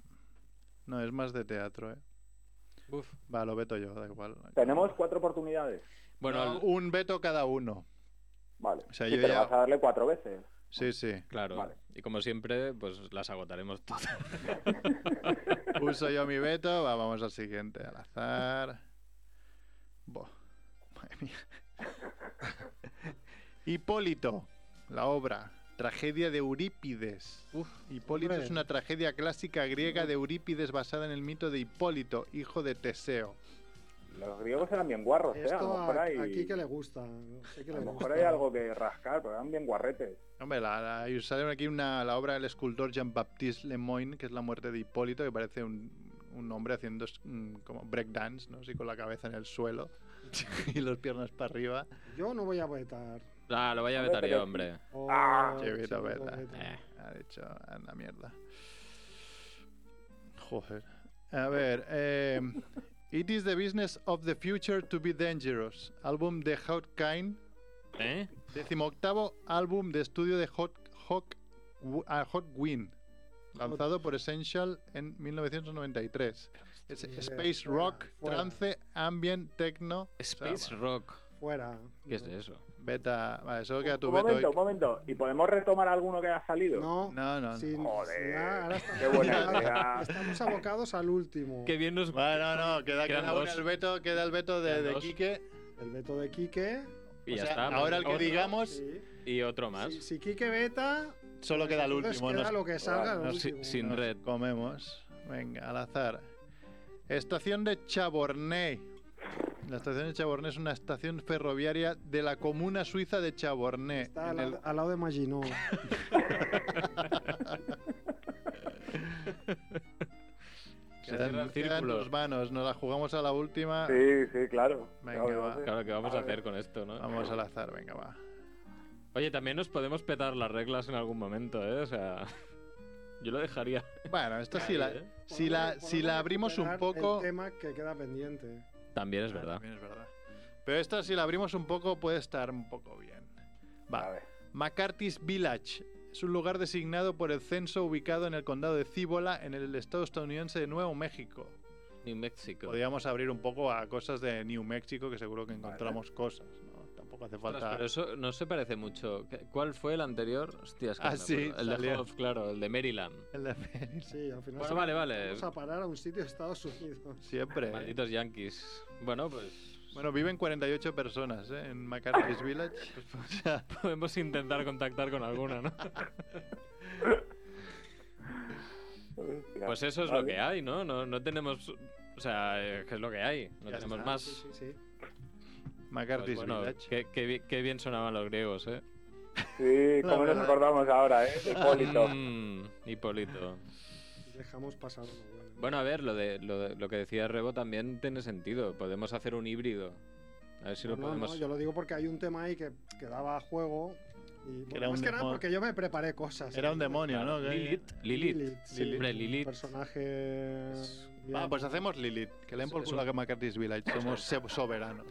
[SPEAKER 3] No, es más de teatro, ¿eh?
[SPEAKER 2] Uf.
[SPEAKER 3] Va, lo veto yo, da igual.
[SPEAKER 6] Tenemos cuatro oportunidades.
[SPEAKER 2] Bueno,
[SPEAKER 3] No, uh.
[SPEAKER 2] el-
[SPEAKER 3] un veto cada uno.
[SPEAKER 6] Vale.
[SPEAKER 3] O sea,
[SPEAKER 6] Sí,
[SPEAKER 3] yo
[SPEAKER 6] pero
[SPEAKER 3] ya-
[SPEAKER 6] vas a darle cuatro veces.
[SPEAKER 3] Sí, sí.
[SPEAKER 2] claro.
[SPEAKER 6] Vale.
[SPEAKER 2] Y como siempre, pues las agotaremos todas.
[SPEAKER 3] Uso yo mi veto, va, vamos al siguiente, al azar. Buah, madre mía. Hipólito, la obra, tragedia de Eurípides.
[SPEAKER 2] Uf,
[SPEAKER 3] Hipólito
[SPEAKER 1] hombre.
[SPEAKER 3] es una tragedia clásica griega de Eurípides basada en el mito de Hipólito, hijo de Teseo.
[SPEAKER 6] Los griegos eran bien guarros, ¿eh? A lo
[SPEAKER 1] Esto
[SPEAKER 6] mejor
[SPEAKER 1] a,
[SPEAKER 6] hay...
[SPEAKER 1] aquí que le gusta. sé que
[SPEAKER 6] A
[SPEAKER 1] le
[SPEAKER 6] lo mejor
[SPEAKER 1] gusta.
[SPEAKER 6] hay algo que rascar, porque eran bien guarretes.
[SPEAKER 3] Hombre, la, la- y sale aquí una, la obra del escultor Jean-Baptiste Lemoyne, que es la muerte de Hipólito, que parece un, un hombre haciendo es- mm, como breakdance, ¿no? Así con la cabeza en el suelo y las piernas para arriba.
[SPEAKER 1] Yo no voy a vetar.
[SPEAKER 2] Ah, lo vaya a
[SPEAKER 6] A ver,
[SPEAKER 2] vetar yo,
[SPEAKER 6] pero-
[SPEAKER 2] hombre.
[SPEAKER 1] Oh,
[SPEAKER 6] Ah,
[SPEAKER 3] Chivito
[SPEAKER 1] chico,
[SPEAKER 3] Vela.
[SPEAKER 1] vete.
[SPEAKER 2] Eh,
[SPEAKER 3] Ha dicho a la mierda. Joder. A ver. eh, It is the business of the future to be dangerous. Álbum de Hawkeye.
[SPEAKER 2] ¿Eh?
[SPEAKER 3] Decimoctavo álbum de estudio de Hot, Hawk, ah, Hawkwind, Lanzado por Essential en 1993. Es space
[SPEAKER 1] fuera,
[SPEAKER 3] rock,
[SPEAKER 1] fuera.
[SPEAKER 3] trance, ambient, techno.
[SPEAKER 2] Space Rock.
[SPEAKER 1] Fuera.
[SPEAKER 2] ¿Qué es eso?
[SPEAKER 3] Beta. Vale, solo queda tu
[SPEAKER 6] un
[SPEAKER 3] veto.
[SPEAKER 6] momento, un momento. ¿Y podemos retomar alguno que haya salido?
[SPEAKER 1] No.
[SPEAKER 3] No, no.
[SPEAKER 1] sin-
[SPEAKER 6] Joder,
[SPEAKER 1] sin nada, ahora estamos,
[SPEAKER 6] qué buena idea.
[SPEAKER 1] estamos abocados al último.
[SPEAKER 2] Qué bien nos...
[SPEAKER 3] Bueno, no, queda,
[SPEAKER 2] Quedan
[SPEAKER 3] queda uno
[SPEAKER 2] dos.
[SPEAKER 3] el veto, queda el veto de,
[SPEAKER 2] Quedan
[SPEAKER 3] de
[SPEAKER 2] dos.
[SPEAKER 3] Quique.
[SPEAKER 1] El veto de Quique.
[SPEAKER 2] Y
[SPEAKER 3] O
[SPEAKER 2] ya
[SPEAKER 3] sea,
[SPEAKER 2] está.
[SPEAKER 3] ahora el que
[SPEAKER 2] otro
[SPEAKER 3] digamos,
[SPEAKER 1] Sí.
[SPEAKER 2] Y otro más.
[SPEAKER 1] Si, si Quique veta,
[SPEAKER 3] solo queda el
[SPEAKER 1] entonces
[SPEAKER 3] último.
[SPEAKER 1] queda
[SPEAKER 3] nos-
[SPEAKER 1] lo que salga. el
[SPEAKER 3] no,
[SPEAKER 2] si-
[SPEAKER 1] último.
[SPEAKER 2] sin-
[SPEAKER 3] nos
[SPEAKER 2] red.
[SPEAKER 3] Comemos. Venga, al azar. Estación de Chabornay. La estación de Chabornay es una estación ferroviaria de la comuna suiza de Chabornay.
[SPEAKER 1] Está al,
[SPEAKER 3] en el-
[SPEAKER 1] al lado de Maginot.
[SPEAKER 2] Se cierran
[SPEAKER 3] quedan, quedan
[SPEAKER 2] círculos.
[SPEAKER 3] tus manos, nos la jugamos a la última.
[SPEAKER 6] Sí, sí, claro.
[SPEAKER 3] Venga,
[SPEAKER 6] Claro,
[SPEAKER 3] va.
[SPEAKER 2] Claro, ¿qué vamos a
[SPEAKER 6] A ver.
[SPEAKER 2] hacer con esto, no?
[SPEAKER 3] Vamos al azar, venga, va.
[SPEAKER 2] Oye, también nos podemos petar las reglas en algún momento, ¿eh? O sea... Yo lo dejaría.
[SPEAKER 3] Bueno, esta
[SPEAKER 2] ahí,
[SPEAKER 3] sí la,
[SPEAKER 2] ¿eh?
[SPEAKER 3] si la,
[SPEAKER 1] Podemos-
[SPEAKER 3] si la
[SPEAKER 1] podemos
[SPEAKER 3] abrimos un
[SPEAKER 1] recuperar
[SPEAKER 3] poco.
[SPEAKER 1] El tema que queda pendiente.
[SPEAKER 2] También es
[SPEAKER 3] Ah,
[SPEAKER 2] verdad.
[SPEAKER 3] también es verdad. Pero esta, si la abrimos un poco, puede estar un poco bien.
[SPEAKER 6] A
[SPEAKER 3] Va.
[SPEAKER 6] ver.
[SPEAKER 3] McCarthy's Village. Es un lugar designado por el censo ubicado en el condado de Cíbola, en el estado estadounidense de Nuevo México.
[SPEAKER 2] New Mexico.
[SPEAKER 3] Podríamos abrir un poco a cosas de New México, que seguro que encontramos cosas. ¿no? Tampoco hace
[SPEAKER 2] Ostras,
[SPEAKER 3] falta.
[SPEAKER 2] Pero eso no se parece mucho. ¿Qué- ¿Cuál fue el anterior? Hostia, es que
[SPEAKER 3] Ah,
[SPEAKER 2] no me
[SPEAKER 3] sí,
[SPEAKER 2] acuerdo. El de
[SPEAKER 3] salió.
[SPEAKER 2] Hoff, claro, el de Maryland.
[SPEAKER 3] el de Phoenix.
[SPEAKER 1] Sí, al final.
[SPEAKER 2] Bueno,
[SPEAKER 1] sí
[SPEAKER 2] vale, vale.
[SPEAKER 1] Vamos a parar a un sitio de Estados Unidos.
[SPEAKER 3] Siempre. ¿eh?
[SPEAKER 2] Malditos Yankees. Bueno, pues
[SPEAKER 3] Bueno, viven 48 personas ¿eh? en McCarthy's Village. O sea,
[SPEAKER 2] podemos intentar contactar con alguna, ¿no? Pues eso es lo que hay, ¿no? No, no tenemos... O sea, eh, que es lo que hay. No
[SPEAKER 3] Ya
[SPEAKER 2] tenemos
[SPEAKER 3] está,
[SPEAKER 2] más.
[SPEAKER 1] Sí, sí, sí.
[SPEAKER 2] Pues
[SPEAKER 3] McCarthy's
[SPEAKER 2] bueno,
[SPEAKER 3] Village.
[SPEAKER 2] qué, qué bi- qué bien sonaban los griegos, ¿eh?
[SPEAKER 3] La
[SPEAKER 6] Sí, como nos
[SPEAKER 3] verdad.
[SPEAKER 6] acordamos ahora, ¿eh? De Hipólito.
[SPEAKER 2] Mm, Hipólito.
[SPEAKER 1] Dejamos pasar uno bueno.
[SPEAKER 2] Bueno, a ver, lo, de, lo, de- lo que decía Rebo también tiene sentido. Podemos hacer un híbrido. A ver si lo
[SPEAKER 1] No, no,
[SPEAKER 2] podemos...
[SPEAKER 1] yo lo digo porque hay un tema ahí que, que daba juego. Y, bueno,
[SPEAKER 3] era un
[SPEAKER 1] más que nada
[SPEAKER 3] demonio.
[SPEAKER 1] porque yo me preparé cosas.
[SPEAKER 3] Era un
[SPEAKER 1] ¿eh?
[SPEAKER 3] demonio, ¿no? Que-
[SPEAKER 2] Lilith. Lilith.
[SPEAKER 1] sí,
[SPEAKER 2] Hombre,
[SPEAKER 1] un
[SPEAKER 2] Lilith.
[SPEAKER 1] Personaje.
[SPEAKER 3] Va,
[SPEAKER 1] bien.
[SPEAKER 3] pues hacemos Lilith. Que leen por
[SPEAKER 2] Es
[SPEAKER 3] culo
[SPEAKER 2] un-
[SPEAKER 3] a McCarthy's Village. Somos se- soberanos.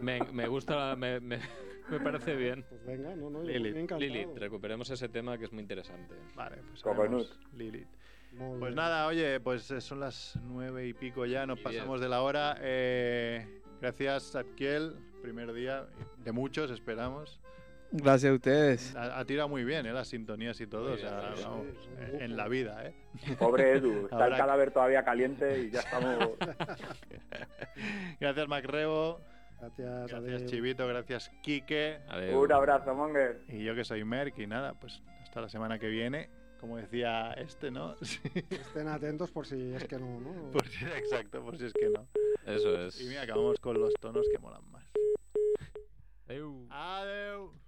[SPEAKER 2] Me, me gusta, la- me, me- me parece bien.
[SPEAKER 1] Pues venga, no, no, yo
[SPEAKER 3] Lilith,
[SPEAKER 1] estoy encantado.
[SPEAKER 2] Lilith, recuperemos ese tema que es muy interesante.
[SPEAKER 3] Vale, pues
[SPEAKER 6] Coconut.
[SPEAKER 3] haremos Lilith.
[SPEAKER 1] Muy bien.
[SPEAKER 3] Pues nada, oye, pues eh, son las nueve y pico ya, nos
[SPEAKER 2] Y
[SPEAKER 3] pasamos de la hora. Eh, gracias, Zadkiel, primer día de muchos, esperamos.
[SPEAKER 4] Gracias a ustedes.
[SPEAKER 3] Ha, ha tirado muy bien, ¿eh? Las sintonías y todo,
[SPEAKER 2] Muy
[SPEAKER 3] o sea,
[SPEAKER 2] bien, sí,
[SPEAKER 3] vamos,
[SPEAKER 1] sí,
[SPEAKER 3] eh,
[SPEAKER 1] sí.
[SPEAKER 3] en la vida, ¿eh?
[SPEAKER 6] Pobre Edu, está
[SPEAKER 3] Habrá-
[SPEAKER 6] el cadáver todavía caliente y ya estamos.
[SPEAKER 3] Gracias, Macrebo,
[SPEAKER 1] Gracias,
[SPEAKER 3] gracias,
[SPEAKER 1] adiós.
[SPEAKER 3] Chivito, gracias, Quique,
[SPEAKER 2] Adeu.
[SPEAKER 6] Un abrazo, Monger.
[SPEAKER 3] y yo que soy Merck, y nada, pues hasta la semana que viene, como decía este, ¿no? Sí,
[SPEAKER 1] Estén atentos por si es que no, ¿no?
[SPEAKER 3] por si- exacto, por si es que no.
[SPEAKER 2] Eso es.
[SPEAKER 3] Y mira, acabamos con los tonos que molan más.
[SPEAKER 2] Adeu.
[SPEAKER 3] Adeu.